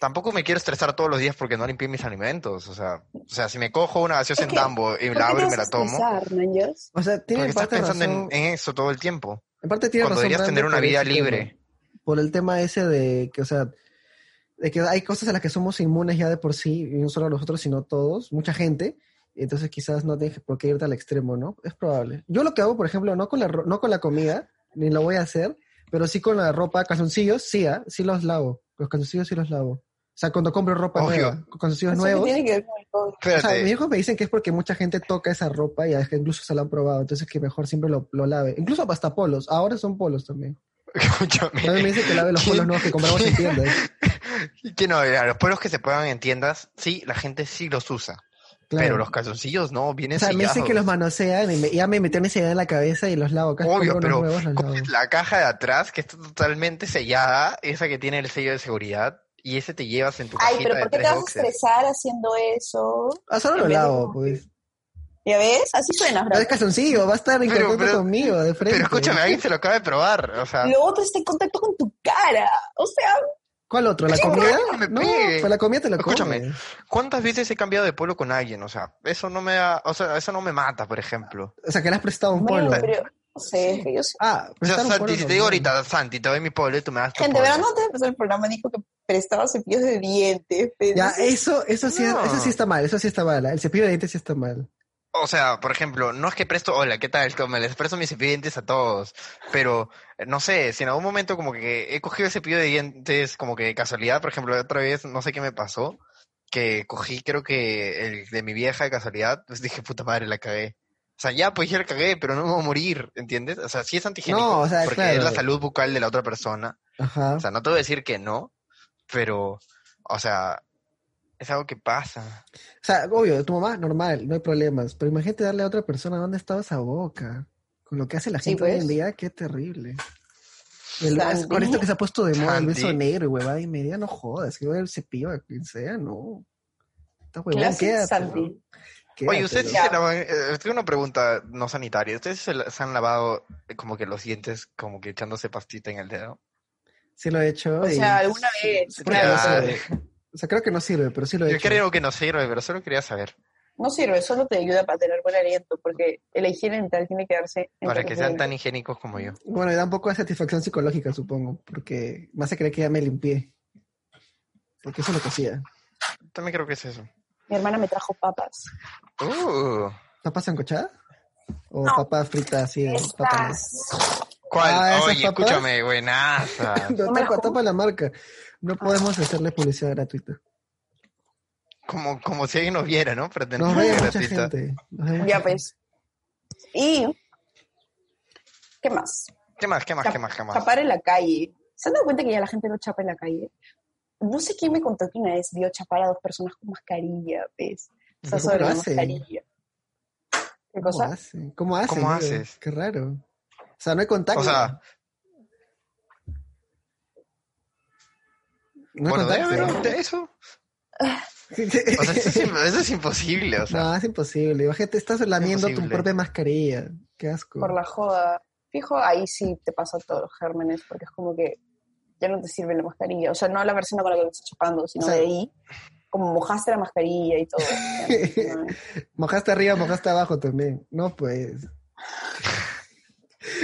[SPEAKER 2] tampoco me quiero estresar todos los días porque no limpié mis alimentos. O sea, o sea si me cojo una gaseosa
[SPEAKER 3] Es
[SPEAKER 2] en
[SPEAKER 3] que,
[SPEAKER 2] tambo y
[SPEAKER 3] ¿Por
[SPEAKER 2] la
[SPEAKER 3] qué
[SPEAKER 2] abro
[SPEAKER 3] te
[SPEAKER 2] y me
[SPEAKER 3] vas a
[SPEAKER 2] la tomo,
[SPEAKER 3] estresar, manjas?
[SPEAKER 1] O sea, tiene
[SPEAKER 2] porque estás
[SPEAKER 1] parte razón.
[SPEAKER 2] pensando en,
[SPEAKER 1] En,
[SPEAKER 2] en eso todo el tiempo.
[SPEAKER 1] parte tiene
[SPEAKER 2] Cuando
[SPEAKER 1] razón.
[SPEAKER 2] deberías tener
[SPEAKER 1] Brandon,
[SPEAKER 2] una
[SPEAKER 1] por
[SPEAKER 2] vida
[SPEAKER 1] ese tema.
[SPEAKER 2] libre.
[SPEAKER 1] por el tema ese de que, o sea, de que hay cosas a las que somos inmunes ya de por sí, y no solo nosotros, sino todos, mucha gente, entonces quizás no tienes por qué irte al extremo, ¿no? Es probable. Yo lo que hago, por ejemplo, no con la, ro- no con la comida, ni lo voy a hacer, pero sí con la ropa, calzoncillos, sí, ¿ah? sí los lavo, los calzoncillos sí los lavo. O sea, cuando compro ropa
[SPEAKER 2] Obvio.
[SPEAKER 1] nueva, con calzoncillos
[SPEAKER 3] Eso
[SPEAKER 1] nuevos.
[SPEAKER 3] tiene que ver con el COVID.
[SPEAKER 1] O sea, mis
[SPEAKER 2] Espérate.
[SPEAKER 1] hijos me dicen que es porque mucha gente toca esa ropa y es que incluso se la han probado, entonces que mejor siempre lo, lo lave. Incluso hasta polos, ahora son polos también. También me
[SPEAKER 2] Escúchame.
[SPEAKER 1] dicen que lave los
[SPEAKER 2] ¿Qué?
[SPEAKER 1] polos nuevos que compramos en tiendas.
[SPEAKER 2] Que no, a los pueblos que se puedan en tiendas, sí, la gente sí los usa.
[SPEAKER 1] Claro.
[SPEAKER 2] Pero los calzoncillos no, vienen
[SPEAKER 1] O sea, me dicen
[SPEAKER 2] sellados.
[SPEAKER 1] que los manosean y me- ya me metieron esa idea en la cabeza y los lavo. Casi
[SPEAKER 2] Obvio,
[SPEAKER 1] compro unos
[SPEAKER 2] pero
[SPEAKER 1] nuevos, los lavo.
[SPEAKER 2] Coges La caja de atrás, que está totalmente sellada, esa que tiene el sello de seguridad, y ese te llevas en tu
[SPEAKER 3] Ay,
[SPEAKER 2] cajita
[SPEAKER 3] pero
[SPEAKER 2] de
[SPEAKER 3] ¿por qué te
[SPEAKER 2] tres
[SPEAKER 3] vas a
[SPEAKER 2] boxes.
[SPEAKER 3] estresar haciendo eso?
[SPEAKER 1] Ah, solo
[SPEAKER 3] en
[SPEAKER 1] lo
[SPEAKER 3] vez de
[SPEAKER 1] lavo,
[SPEAKER 3] como
[SPEAKER 1] pues.
[SPEAKER 3] ¿Ya ves? Así suena,
[SPEAKER 1] No
[SPEAKER 3] Fran.
[SPEAKER 1] es calzoncillo, va a estar en
[SPEAKER 2] Pero-
[SPEAKER 1] contacto
[SPEAKER 2] pero-
[SPEAKER 1] conmigo, de frente.
[SPEAKER 2] Pero escúchame, alguien se lo acaba de probar. O sea,
[SPEAKER 3] Lo otro está en contacto con tu cara. O sea,
[SPEAKER 1] ¿Cuál otro? ¿La
[SPEAKER 2] Sí,
[SPEAKER 1] comida?
[SPEAKER 2] no, me
[SPEAKER 1] No,
[SPEAKER 2] pegue.
[SPEAKER 1] pues la comida te la comes.
[SPEAKER 2] Escúchame. ¿cuántas veces he cambiado de pueblo con alguien? O sea, eso no me da- o sea, eso no me mata, por ejemplo.
[SPEAKER 1] O sea, que le has prestado un
[SPEAKER 3] bueno,
[SPEAKER 1] polo.
[SPEAKER 3] pero no sé, es que yo sé.
[SPEAKER 1] Ah,
[SPEAKER 2] O sea,
[SPEAKER 1] prestar un polo.
[SPEAKER 2] Santi, si te digo
[SPEAKER 1] normal.
[SPEAKER 2] ahorita, Santi, te doy mi pueblo y tú me das tu
[SPEAKER 3] Gente, verán,
[SPEAKER 2] polo.
[SPEAKER 3] antes de empezar el programa dijo que prestaba cepillos de dientes. pero
[SPEAKER 1] Ya,
[SPEAKER 3] no sé.
[SPEAKER 1] eso, eso sí,
[SPEAKER 2] No.
[SPEAKER 1] eso sí está mal, eso sí está mal. ¿ah? El cepillo de dientes sí está mal.
[SPEAKER 2] O sea, por ejemplo, no es que presto, hola, ¿qué tal? Como les presto mis cepillos de dientes a todos, pero eh, no sé, si en algún momento como que he cogido el cepillo de dientes como que de casualidad, por ejemplo, otra vez, no sé qué me pasó, que cogí creo que el de mi vieja de casualidad, pues dije, puta madre, la cagué. O sea, ya, pues ya la cagué, pero no me voy a morir, ¿entiendes? O sea, sí es antigénico,
[SPEAKER 1] No, o sea,
[SPEAKER 2] porque
[SPEAKER 1] claro.
[SPEAKER 2] es la salud bucal de la otra persona.
[SPEAKER 1] Ajá.
[SPEAKER 2] O sea, no te voy a decir que no, pero, o sea, es algo que pasa.
[SPEAKER 1] O sea, obvio, tu mamá, normal, no hay problemas. Pero imagínate darle a otra persona dónde estaba esa boca. Con lo que hace la
[SPEAKER 3] Sí,
[SPEAKER 1] gente hoy en
[SPEAKER 3] pues.
[SPEAKER 1] día, qué terrible. El-
[SPEAKER 3] Sandy.
[SPEAKER 1] con esto que se ha puesto de moda el beso
[SPEAKER 2] Sandy.
[SPEAKER 1] negro, y huevada y media, no jodas. Que el cepillo a quien sea, no. Está huevón,
[SPEAKER 3] Clase
[SPEAKER 1] quédate,
[SPEAKER 3] Sandy.
[SPEAKER 2] Oye, ustedes sí
[SPEAKER 3] Ya.
[SPEAKER 2] se lavan, eh, eh, tengo una pregunta no sanitaria. ¿Ustedes se, la- se han lavado eh, como que los dientes, como que echándose pastita en el dedo?
[SPEAKER 1] Sí lo he hecho.
[SPEAKER 3] O
[SPEAKER 1] y-
[SPEAKER 3] sea, alguna vez,
[SPEAKER 1] creo que
[SPEAKER 2] claro,
[SPEAKER 1] no
[SPEAKER 2] claro.
[SPEAKER 1] sirve. O sea, creo que no sirve, pero sí lo he
[SPEAKER 2] Yo
[SPEAKER 1] hecho.
[SPEAKER 2] creo que no sirve, pero solo quería saber.
[SPEAKER 3] No sirve, solo te ayuda para tener buen aliento, porque la higiene dental tiene que darse. en
[SPEAKER 2] Para que
[SPEAKER 3] cualquier
[SPEAKER 2] sean
[SPEAKER 3] momento.
[SPEAKER 2] tan higiénicos como yo.
[SPEAKER 1] Bueno, y da un poco de satisfacción psicológica, supongo, porque me hace creer que ya me limpié. Porque eso es lo que hacía.
[SPEAKER 2] También creo que es eso.
[SPEAKER 3] Mi hermana me trajo papas.
[SPEAKER 2] Uh,
[SPEAKER 1] ¿Papas encochadas? ¿O
[SPEAKER 3] No.
[SPEAKER 1] papas fritas así? de papas?
[SPEAKER 2] ¿Cuál?
[SPEAKER 1] Ah, ¿esas
[SPEAKER 2] Oye,
[SPEAKER 1] papas?
[SPEAKER 2] escúchame, buenaza.
[SPEAKER 1] No,
[SPEAKER 3] ¿No me las
[SPEAKER 1] tapa,
[SPEAKER 3] como?
[SPEAKER 1] tapa la marca. No podemos hacerle publicidad gratuita.
[SPEAKER 2] Como, como si alguien nos viera, ¿no? Pero tenemos
[SPEAKER 1] Nos
[SPEAKER 2] que
[SPEAKER 1] ve mucha
[SPEAKER 2] gratuita.
[SPEAKER 1] gente. Nos ve mucha
[SPEAKER 3] Ya
[SPEAKER 1] gente.
[SPEAKER 3] pues. Y. ¿Qué más?
[SPEAKER 2] ¿Qué más, qué más, qué más, qué más?
[SPEAKER 3] Chapar en la calle. ¿Se han dado cuenta que ya la gente no chapa en la calle? No sé quién me contó que una vez vio chapar a dos personas con mascarilla, ¿ves? O sea,
[SPEAKER 1] ¿Cómo
[SPEAKER 3] sobre
[SPEAKER 1] lo
[SPEAKER 3] la
[SPEAKER 1] hacen?
[SPEAKER 3] mascarilla. ¿Qué
[SPEAKER 1] ¿Cómo
[SPEAKER 3] cosa?
[SPEAKER 1] haces? ¿Cómo haces?
[SPEAKER 2] ¿Cómo
[SPEAKER 1] digo?
[SPEAKER 2] haces?
[SPEAKER 1] Qué raro. O sea, no hay contacto.
[SPEAKER 2] O sea,
[SPEAKER 1] no hay
[SPEAKER 2] bueno,
[SPEAKER 1] contacto.
[SPEAKER 2] debe haber un- de eso. O sea, eso es, im- eso es imposible, o sea.
[SPEAKER 1] no, es imposible. Imagínate, estás lamiendo tu
[SPEAKER 2] imposible.
[SPEAKER 1] propia mascarilla. Qué asco.
[SPEAKER 3] Por la joda. Fijo, ahí sí te pasan todos los gérmenes, porque es como que ya no te sirve la mascarilla. O sea, no la versión con la que lo estás chapando, sino
[SPEAKER 1] O sea-
[SPEAKER 3] de ahí. Como mojaste la mascarilla y todo. Ya, ¿no?
[SPEAKER 1] Mojaste arriba, mojaste abajo también. No, pues.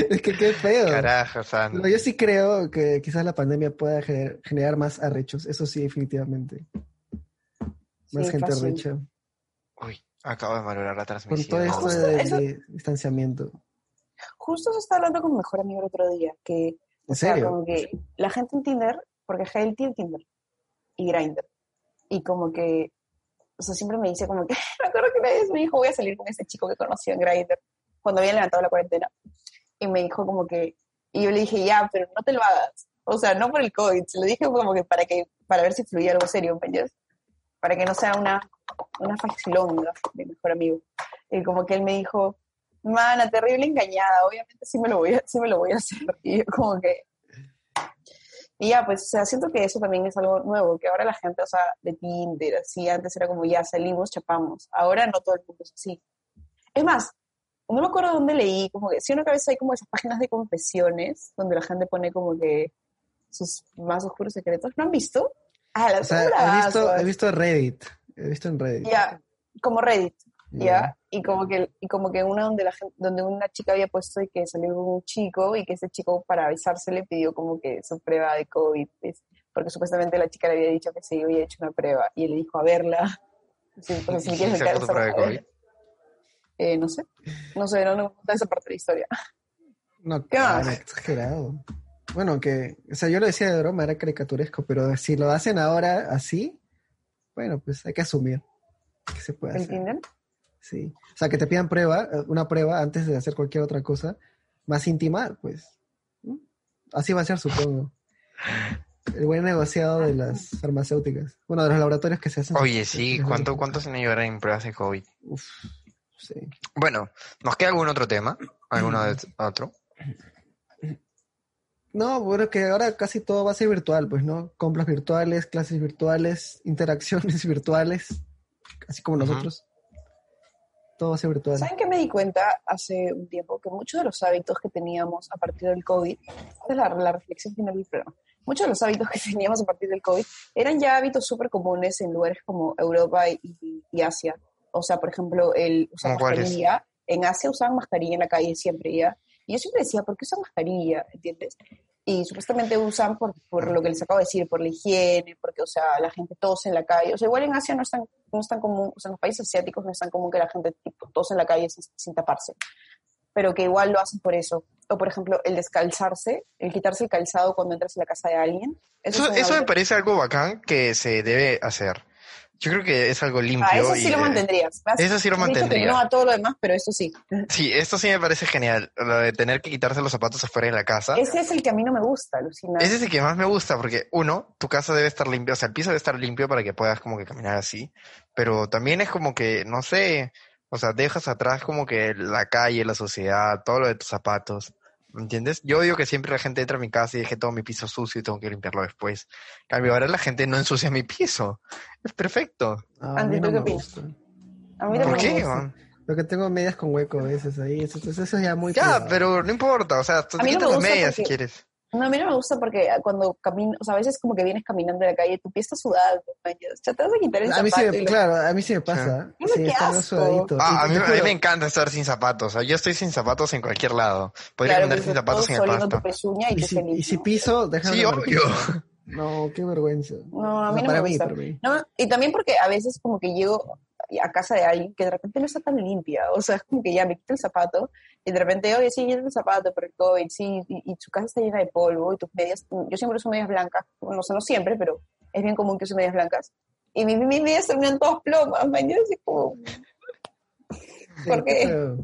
[SPEAKER 1] es que qué feo.
[SPEAKER 2] Carajo, Sandy.
[SPEAKER 1] No, yo sí creo que quizás la pandemia pueda gener- generar más arrechos. Eso sí, definitivamente. Más
[SPEAKER 3] Sí,
[SPEAKER 1] gente
[SPEAKER 3] fácil.
[SPEAKER 1] arrecha.
[SPEAKER 2] Uy, acabo de valorar
[SPEAKER 1] Con
[SPEAKER 2] la transmisión.
[SPEAKER 1] todo esto
[SPEAKER 3] Justo
[SPEAKER 1] de,
[SPEAKER 3] eso-
[SPEAKER 1] de distanciamiento.
[SPEAKER 3] Justo se está hablando con mi mejor amigo el otro día, que
[SPEAKER 1] ¿En
[SPEAKER 3] O sea,
[SPEAKER 1] serio?
[SPEAKER 3] como que la gente en Tinder, porque Jael tiene Tinder y Grindr. Y como que, o sea, siempre me dice como que, me acuerdo que una vez me dijo, voy a salir con ese chico que conocí en Grindr, cuando había levantado la cuarentena. Y me dijo como que, y yo le dije, ya, pero no te lo hagas. O sea, no por el COVID, se lo dije como que para que, para ver si fluía algo serio, ¿me entiendes? Para que no sea una, una facilonga, mi mejor amigo. Y como que él me dijo, mana, terrible engañada, obviamente sí me lo voy a, sí me lo voy a hacer. Y yo como que, y ya, pues, o sea, siento que eso también es algo nuevo, que ahora la gente, o sea, de Tinder, así, antes era como ya salimos, chapamos. Ahora no todo el mundo es así. Es más, no me acuerdo dónde leí, como que, si una cabeza hay como esas páginas de confesiones, donde la gente pone como que sus más oscuros secretos. ¿No han visto? Ah, la
[SPEAKER 1] O sea, he visto, he visto Reddit. He visto en Reddit.
[SPEAKER 3] Ya, como Reddit,
[SPEAKER 1] Ya.
[SPEAKER 3] ¿ya? Y como que, y como que una donde la gente, donde una chica había puesto y que salió con un chico y que ese chico para avisarse le pidió como que su prueba de COVID. ¿ves? porque supuestamente la chica le había dicho que sí, había hecho una prueba, y él le dijo a verla. Si, pues, si me quieres
[SPEAKER 2] ¿Se
[SPEAKER 3] ver,
[SPEAKER 2] puso prueba de
[SPEAKER 3] vamos a
[SPEAKER 2] COVID?
[SPEAKER 3] ver. Eh, no sé, no sé, no, no me gusta esa parte de la historia.
[SPEAKER 2] Ah,
[SPEAKER 1] No,
[SPEAKER 3] ¿Qué más?
[SPEAKER 1] claro, exagerado. Bueno, que, o sea, yo lo decía de broma, era caricaturesco, pero si lo hacen ahora así, bueno, pues hay que asumir que se puede
[SPEAKER 3] ¿Me
[SPEAKER 1] hacer.
[SPEAKER 3] entienden?
[SPEAKER 1] Sí. O sea, que te pidan prueba, eh, una prueba antes de hacer cualquier otra cosa más íntima, pues ¿no? así va a ser, supongo. El buen negociado de las farmacéuticas. Bueno, de los laboratorios que se hacen.
[SPEAKER 2] Oye, sí, ¿cuánto, cuánto se me llevará en pruebas de COVID?
[SPEAKER 1] Uf, sí.
[SPEAKER 2] Bueno, ¿nos queda algún otro tema? ¿Alguno de otro?
[SPEAKER 1] No, bueno, que ahora casi todo va a ser virtual, pues, ¿no? Compras virtuales, clases virtuales, interacciones virtuales, así como
[SPEAKER 2] Ujú.
[SPEAKER 1] nosotros. Todo va a ser virtual.
[SPEAKER 3] ¿Saben qué me di cuenta hace un tiempo? Que muchos de los hábitos que teníamos a partir del COVID, esta es la, la reflexión final del programa, muchos de los hábitos que teníamos a partir del COVID eran ya hábitos súper comunes en lugares como Europa y, y- y Asia. O sea, por ejemplo, el usar
[SPEAKER 2] ¿Cómo cuáles?
[SPEAKER 3] mascarilla. En Asia usaban mascarilla en la calle siempre, ¿ya? Y yo siempre decía, ¿por qué usan mascarilla? ¿Entiendes? Y supuestamente usan por, por lo que les acabo de decir, por la higiene, porque, o sea, la gente tose en la calle. O sea, igual en Asia no es tan, no es tan común, o sea, en los países asiáticos no es tan común que la gente tipo, tose en la calle sin, sin taparse. Pero que igual lo hacen por eso. O, por ejemplo, el descalzarse, el quitarse el calzado cuando entras en la casa de alguien. es
[SPEAKER 2] Eso,
[SPEAKER 3] un
[SPEAKER 2] eso me
[SPEAKER 3] hábito-
[SPEAKER 2] parece algo bacán que se debe hacer. Yo creo que es algo limpio.
[SPEAKER 3] Ah, eso sí
[SPEAKER 2] y
[SPEAKER 3] lo
[SPEAKER 2] de-
[SPEAKER 3] mantendrías. ¿Vas?
[SPEAKER 2] Eso sí lo
[SPEAKER 3] Has dicho que
[SPEAKER 2] mantendría.
[SPEAKER 3] no a todo lo demás, pero eso sí.
[SPEAKER 2] Sí, esto sí me parece genial, lo de tener que quitarse los zapatos afuera de la casa.
[SPEAKER 3] Ese es el que a mí no me gusta, Lucina.
[SPEAKER 2] Ese es el que más me gusta, porque uno, tu casa debe estar limpia, o sea, el piso debe estar limpio para que puedas como que caminar así, pero también es como que, no sé, o sea, dejas atrás como que la calle, la sociedad, todo lo de tus zapatos, ¿me entiendes? Yo digo que siempre la gente entra a mi casa y deje todo mi piso sucio y tengo que limpiarlo después. En cambio, ahora la gente no ensucia mi piso, es perfecto.
[SPEAKER 1] Ah, a mí
[SPEAKER 3] Andy,
[SPEAKER 1] no
[SPEAKER 3] ¿tú qué
[SPEAKER 1] me
[SPEAKER 3] opinas?
[SPEAKER 1] gusta.
[SPEAKER 3] a mí
[SPEAKER 1] No,
[SPEAKER 2] ¿Por
[SPEAKER 3] tampoco
[SPEAKER 2] qué?
[SPEAKER 3] me gusta.
[SPEAKER 2] weón?
[SPEAKER 1] Lo que tengo medias con hueco a veces ahí, eso, entonces eso ya muy
[SPEAKER 2] Ya,
[SPEAKER 1] privado.
[SPEAKER 2] pero no importa, o sea, tú
[SPEAKER 3] A
[SPEAKER 2] te
[SPEAKER 3] mí no
[SPEAKER 2] quitas
[SPEAKER 3] me
[SPEAKER 2] las
[SPEAKER 3] gusta
[SPEAKER 2] medias si
[SPEAKER 3] porque-
[SPEAKER 2] quieres.
[SPEAKER 3] No, a mí no me gusta porque cuando camino, o sea, a veces como que vienes caminando en la calle, tu pie está sudado, man, ya, ya te vas a quitar el
[SPEAKER 1] A mí sí,
[SPEAKER 3] zapato.
[SPEAKER 1] me-
[SPEAKER 3] y lo-
[SPEAKER 1] claro, a mí sí me pasa.
[SPEAKER 3] Dime
[SPEAKER 1] Sí,
[SPEAKER 3] qué
[SPEAKER 1] está medio
[SPEAKER 3] asco.
[SPEAKER 1] sudadito.
[SPEAKER 2] Ah,
[SPEAKER 1] Y
[SPEAKER 2] a mí,
[SPEAKER 1] te
[SPEAKER 2] a mí
[SPEAKER 1] juro,
[SPEAKER 2] me encanta estar sin zapatos. O sea, yo estoy sin zapatos en cualquier lado. Podría
[SPEAKER 3] claro,
[SPEAKER 2] andar
[SPEAKER 3] porque
[SPEAKER 2] sin
[SPEAKER 3] todo
[SPEAKER 2] zapatos en el
[SPEAKER 3] oliendo tu
[SPEAKER 2] pasto.
[SPEAKER 3] pezuña y,
[SPEAKER 1] Y
[SPEAKER 3] tú
[SPEAKER 1] si,
[SPEAKER 3] feliz,
[SPEAKER 1] y si
[SPEAKER 3] ¿no?
[SPEAKER 1] piso, déjame.
[SPEAKER 2] Sí,
[SPEAKER 1] una
[SPEAKER 2] obvio.
[SPEAKER 1] marquita. No, qué vergüenza.
[SPEAKER 3] No, a mí no
[SPEAKER 1] para
[SPEAKER 3] me
[SPEAKER 1] mí,
[SPEAKER 3] gusta.
[SPEAKER 1] para mí.
[SPEAKER 3] No, y también porque a veces como que llego a casa de alguien que de repente no está tan limpia, o sea, es como que ya me quito el zapato y de repente, oye, sí, quito el zapato por el COVID, sí, y, y su casa está llena de polvo y tus medias, yo siempre uso medias blancas, bueno, o sea, no siempre, pero es bien común que use medias blancas. Y mis, mis medias terminan todas plomas, man, yo así como, ¿Por qué?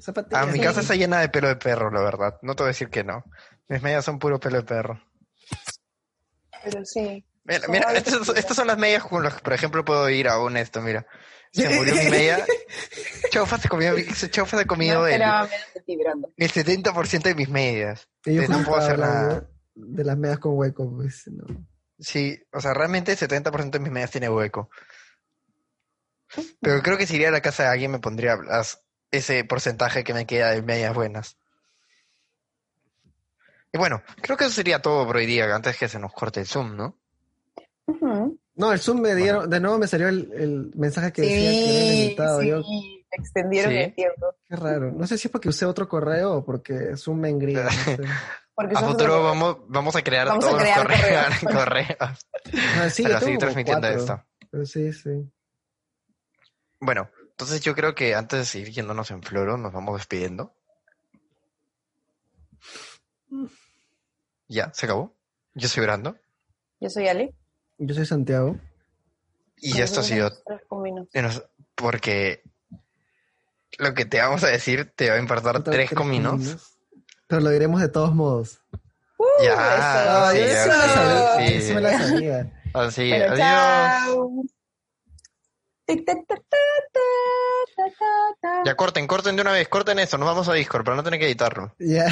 [SPEAKER 1] Zapatillas.
[SPEAKER 2] Ah, mi
[SPEAKER 3] Sí.
[SPEAKER 2] casa está llena de pelo de perro, la verdad. No te voy a decir que no. Mis medias son puro pelo de perro.
[SPEAKER 3] pero sí.
[SPEAKER 2] Mira,
[SPEAKER 3] Son
[SPEAKER 2] mira,
[SPEAKER 3] hábitos
[SPEAKER 2] estas,
[SPEAKER 3] que-
[SPEAKER 2] estas son las medias con las que, por ejemplo, puedo ir a un esto, mira. Se murió mi media. Chaufa se comió, Chaufa se ha comido
[SPEAKER 3] No
[SPEAKER 2] el,
[SPEAKER 3] esperaba menos de ti, Brando.
[SPEAKER 2] el 70% de mis medias.
[SPEAKER 1] Y yo
[SPEAKER 2] Entonces no
[SPEAKER 1] justo
[SPEAKER 2] puedo hacer
[SPEAKER 1] hablando
[SPEAKER 2] nada.
[SPEAKER 1] De las medias con hueco, pues no.
[SPEAKER 2] Sí, o sea, realmente el 70% de mis medias tiene hueco. Pero creo que si iría a la casa de alguien me pondría las- ese porcentaje que me queda de medias buenas. Y bueno, creo que eso sería todo por hoy día, antes que se nos corte el Zoom, ¿no?
[SPEAKER 3] Ujú.
[SPEAKER 1] No, el Zoom me dieron, de nuevo me salió el, el mensaje que decía que habían
[SPEAKER 3] Sí,
[SPEAKER 1] editado.
[SPEAKER 3] sí,
[SPEAKER 1] Yo,
[SPEAKER 3] te extendieron
[SPEAKER 2] Sí.
[SPEAKER 3] el tiempo.
[SPEAKER 1] qué raro. No sé si es porque usé otro correo o porque Zoom me engría. No, sé.
[SPEAKER 3] Porque
[SPEAKER 2] A
[SPEAKER 3] sos
[SPEAKER 2] futuro
[SPEAKER 3] otro-
[SPEAKER 2] vamos, vamos a crear
[SPEAKER 3] Vamos a
[SPEAKER 2] todos los
[SPEAKER 3] crear
[SPEAKER 2] correos. correos
[SPEAKER 1] No, sí,
[SPEAKER 2] para
[SPEAKER 1] yo tengo
[SPEAKER 2] seguir
[SPEAKER 1] como
[SPEAKER 2] transmitiendo
[SPEAKER 1] cuatro.
[SPEAKER 2] esto.
[SPEAKER 1] Pero sí, sí.
[SPEAKER 2] Bueno, entonces yo creo que antes de seguir yéndonos en floro, nos vamos despidiendo.
[SPEAKER 1] Mm.
[SPEAKER 2] Ya, se acabó. Yo soy Brando.
[SPEAKER 3] Yo soy Ale.
[SPEAKER 1] Yo soy Santiago.
[SPEAKER 2] Y ya esto ha sido
[SPEAKER 3] Tres cominos.
[SPEAKER 2] Y nos- porque lo que te vamos a decir te va a importar
[SPEAKER 1] Otros
[SPEAKER 2] tres cominos.
[SPEAKER 1] Pero lo diremos de todos modos.
[SPEAKER 2] Ya,
[SPEAKER 3] eso,
[SPEAKER 2] Ah, sí,
[SPEAKER 1] yo
[SPEAKER 2] ya,
[SPEAKER 1] sí me la
[SPEAKER 2] sí,
[SPEAKER 1] sabía.
[SPEAKER 2] sí.
[SPEAKER 1] yo sí me la sabía.
[SPEAKER 2] Así,
[SPEAKER 3] Pero
[SPEAKER 2] adiós.
[SPEAKER 3] chao. Tic, tic, tac, ta, ta, ta, ta, ta.
[SPEAKER 2] Ya corten, corten de una vez, corten eso, nos vamos a Discord para no tener que editarlo.
[SPEAKER 1] Ya.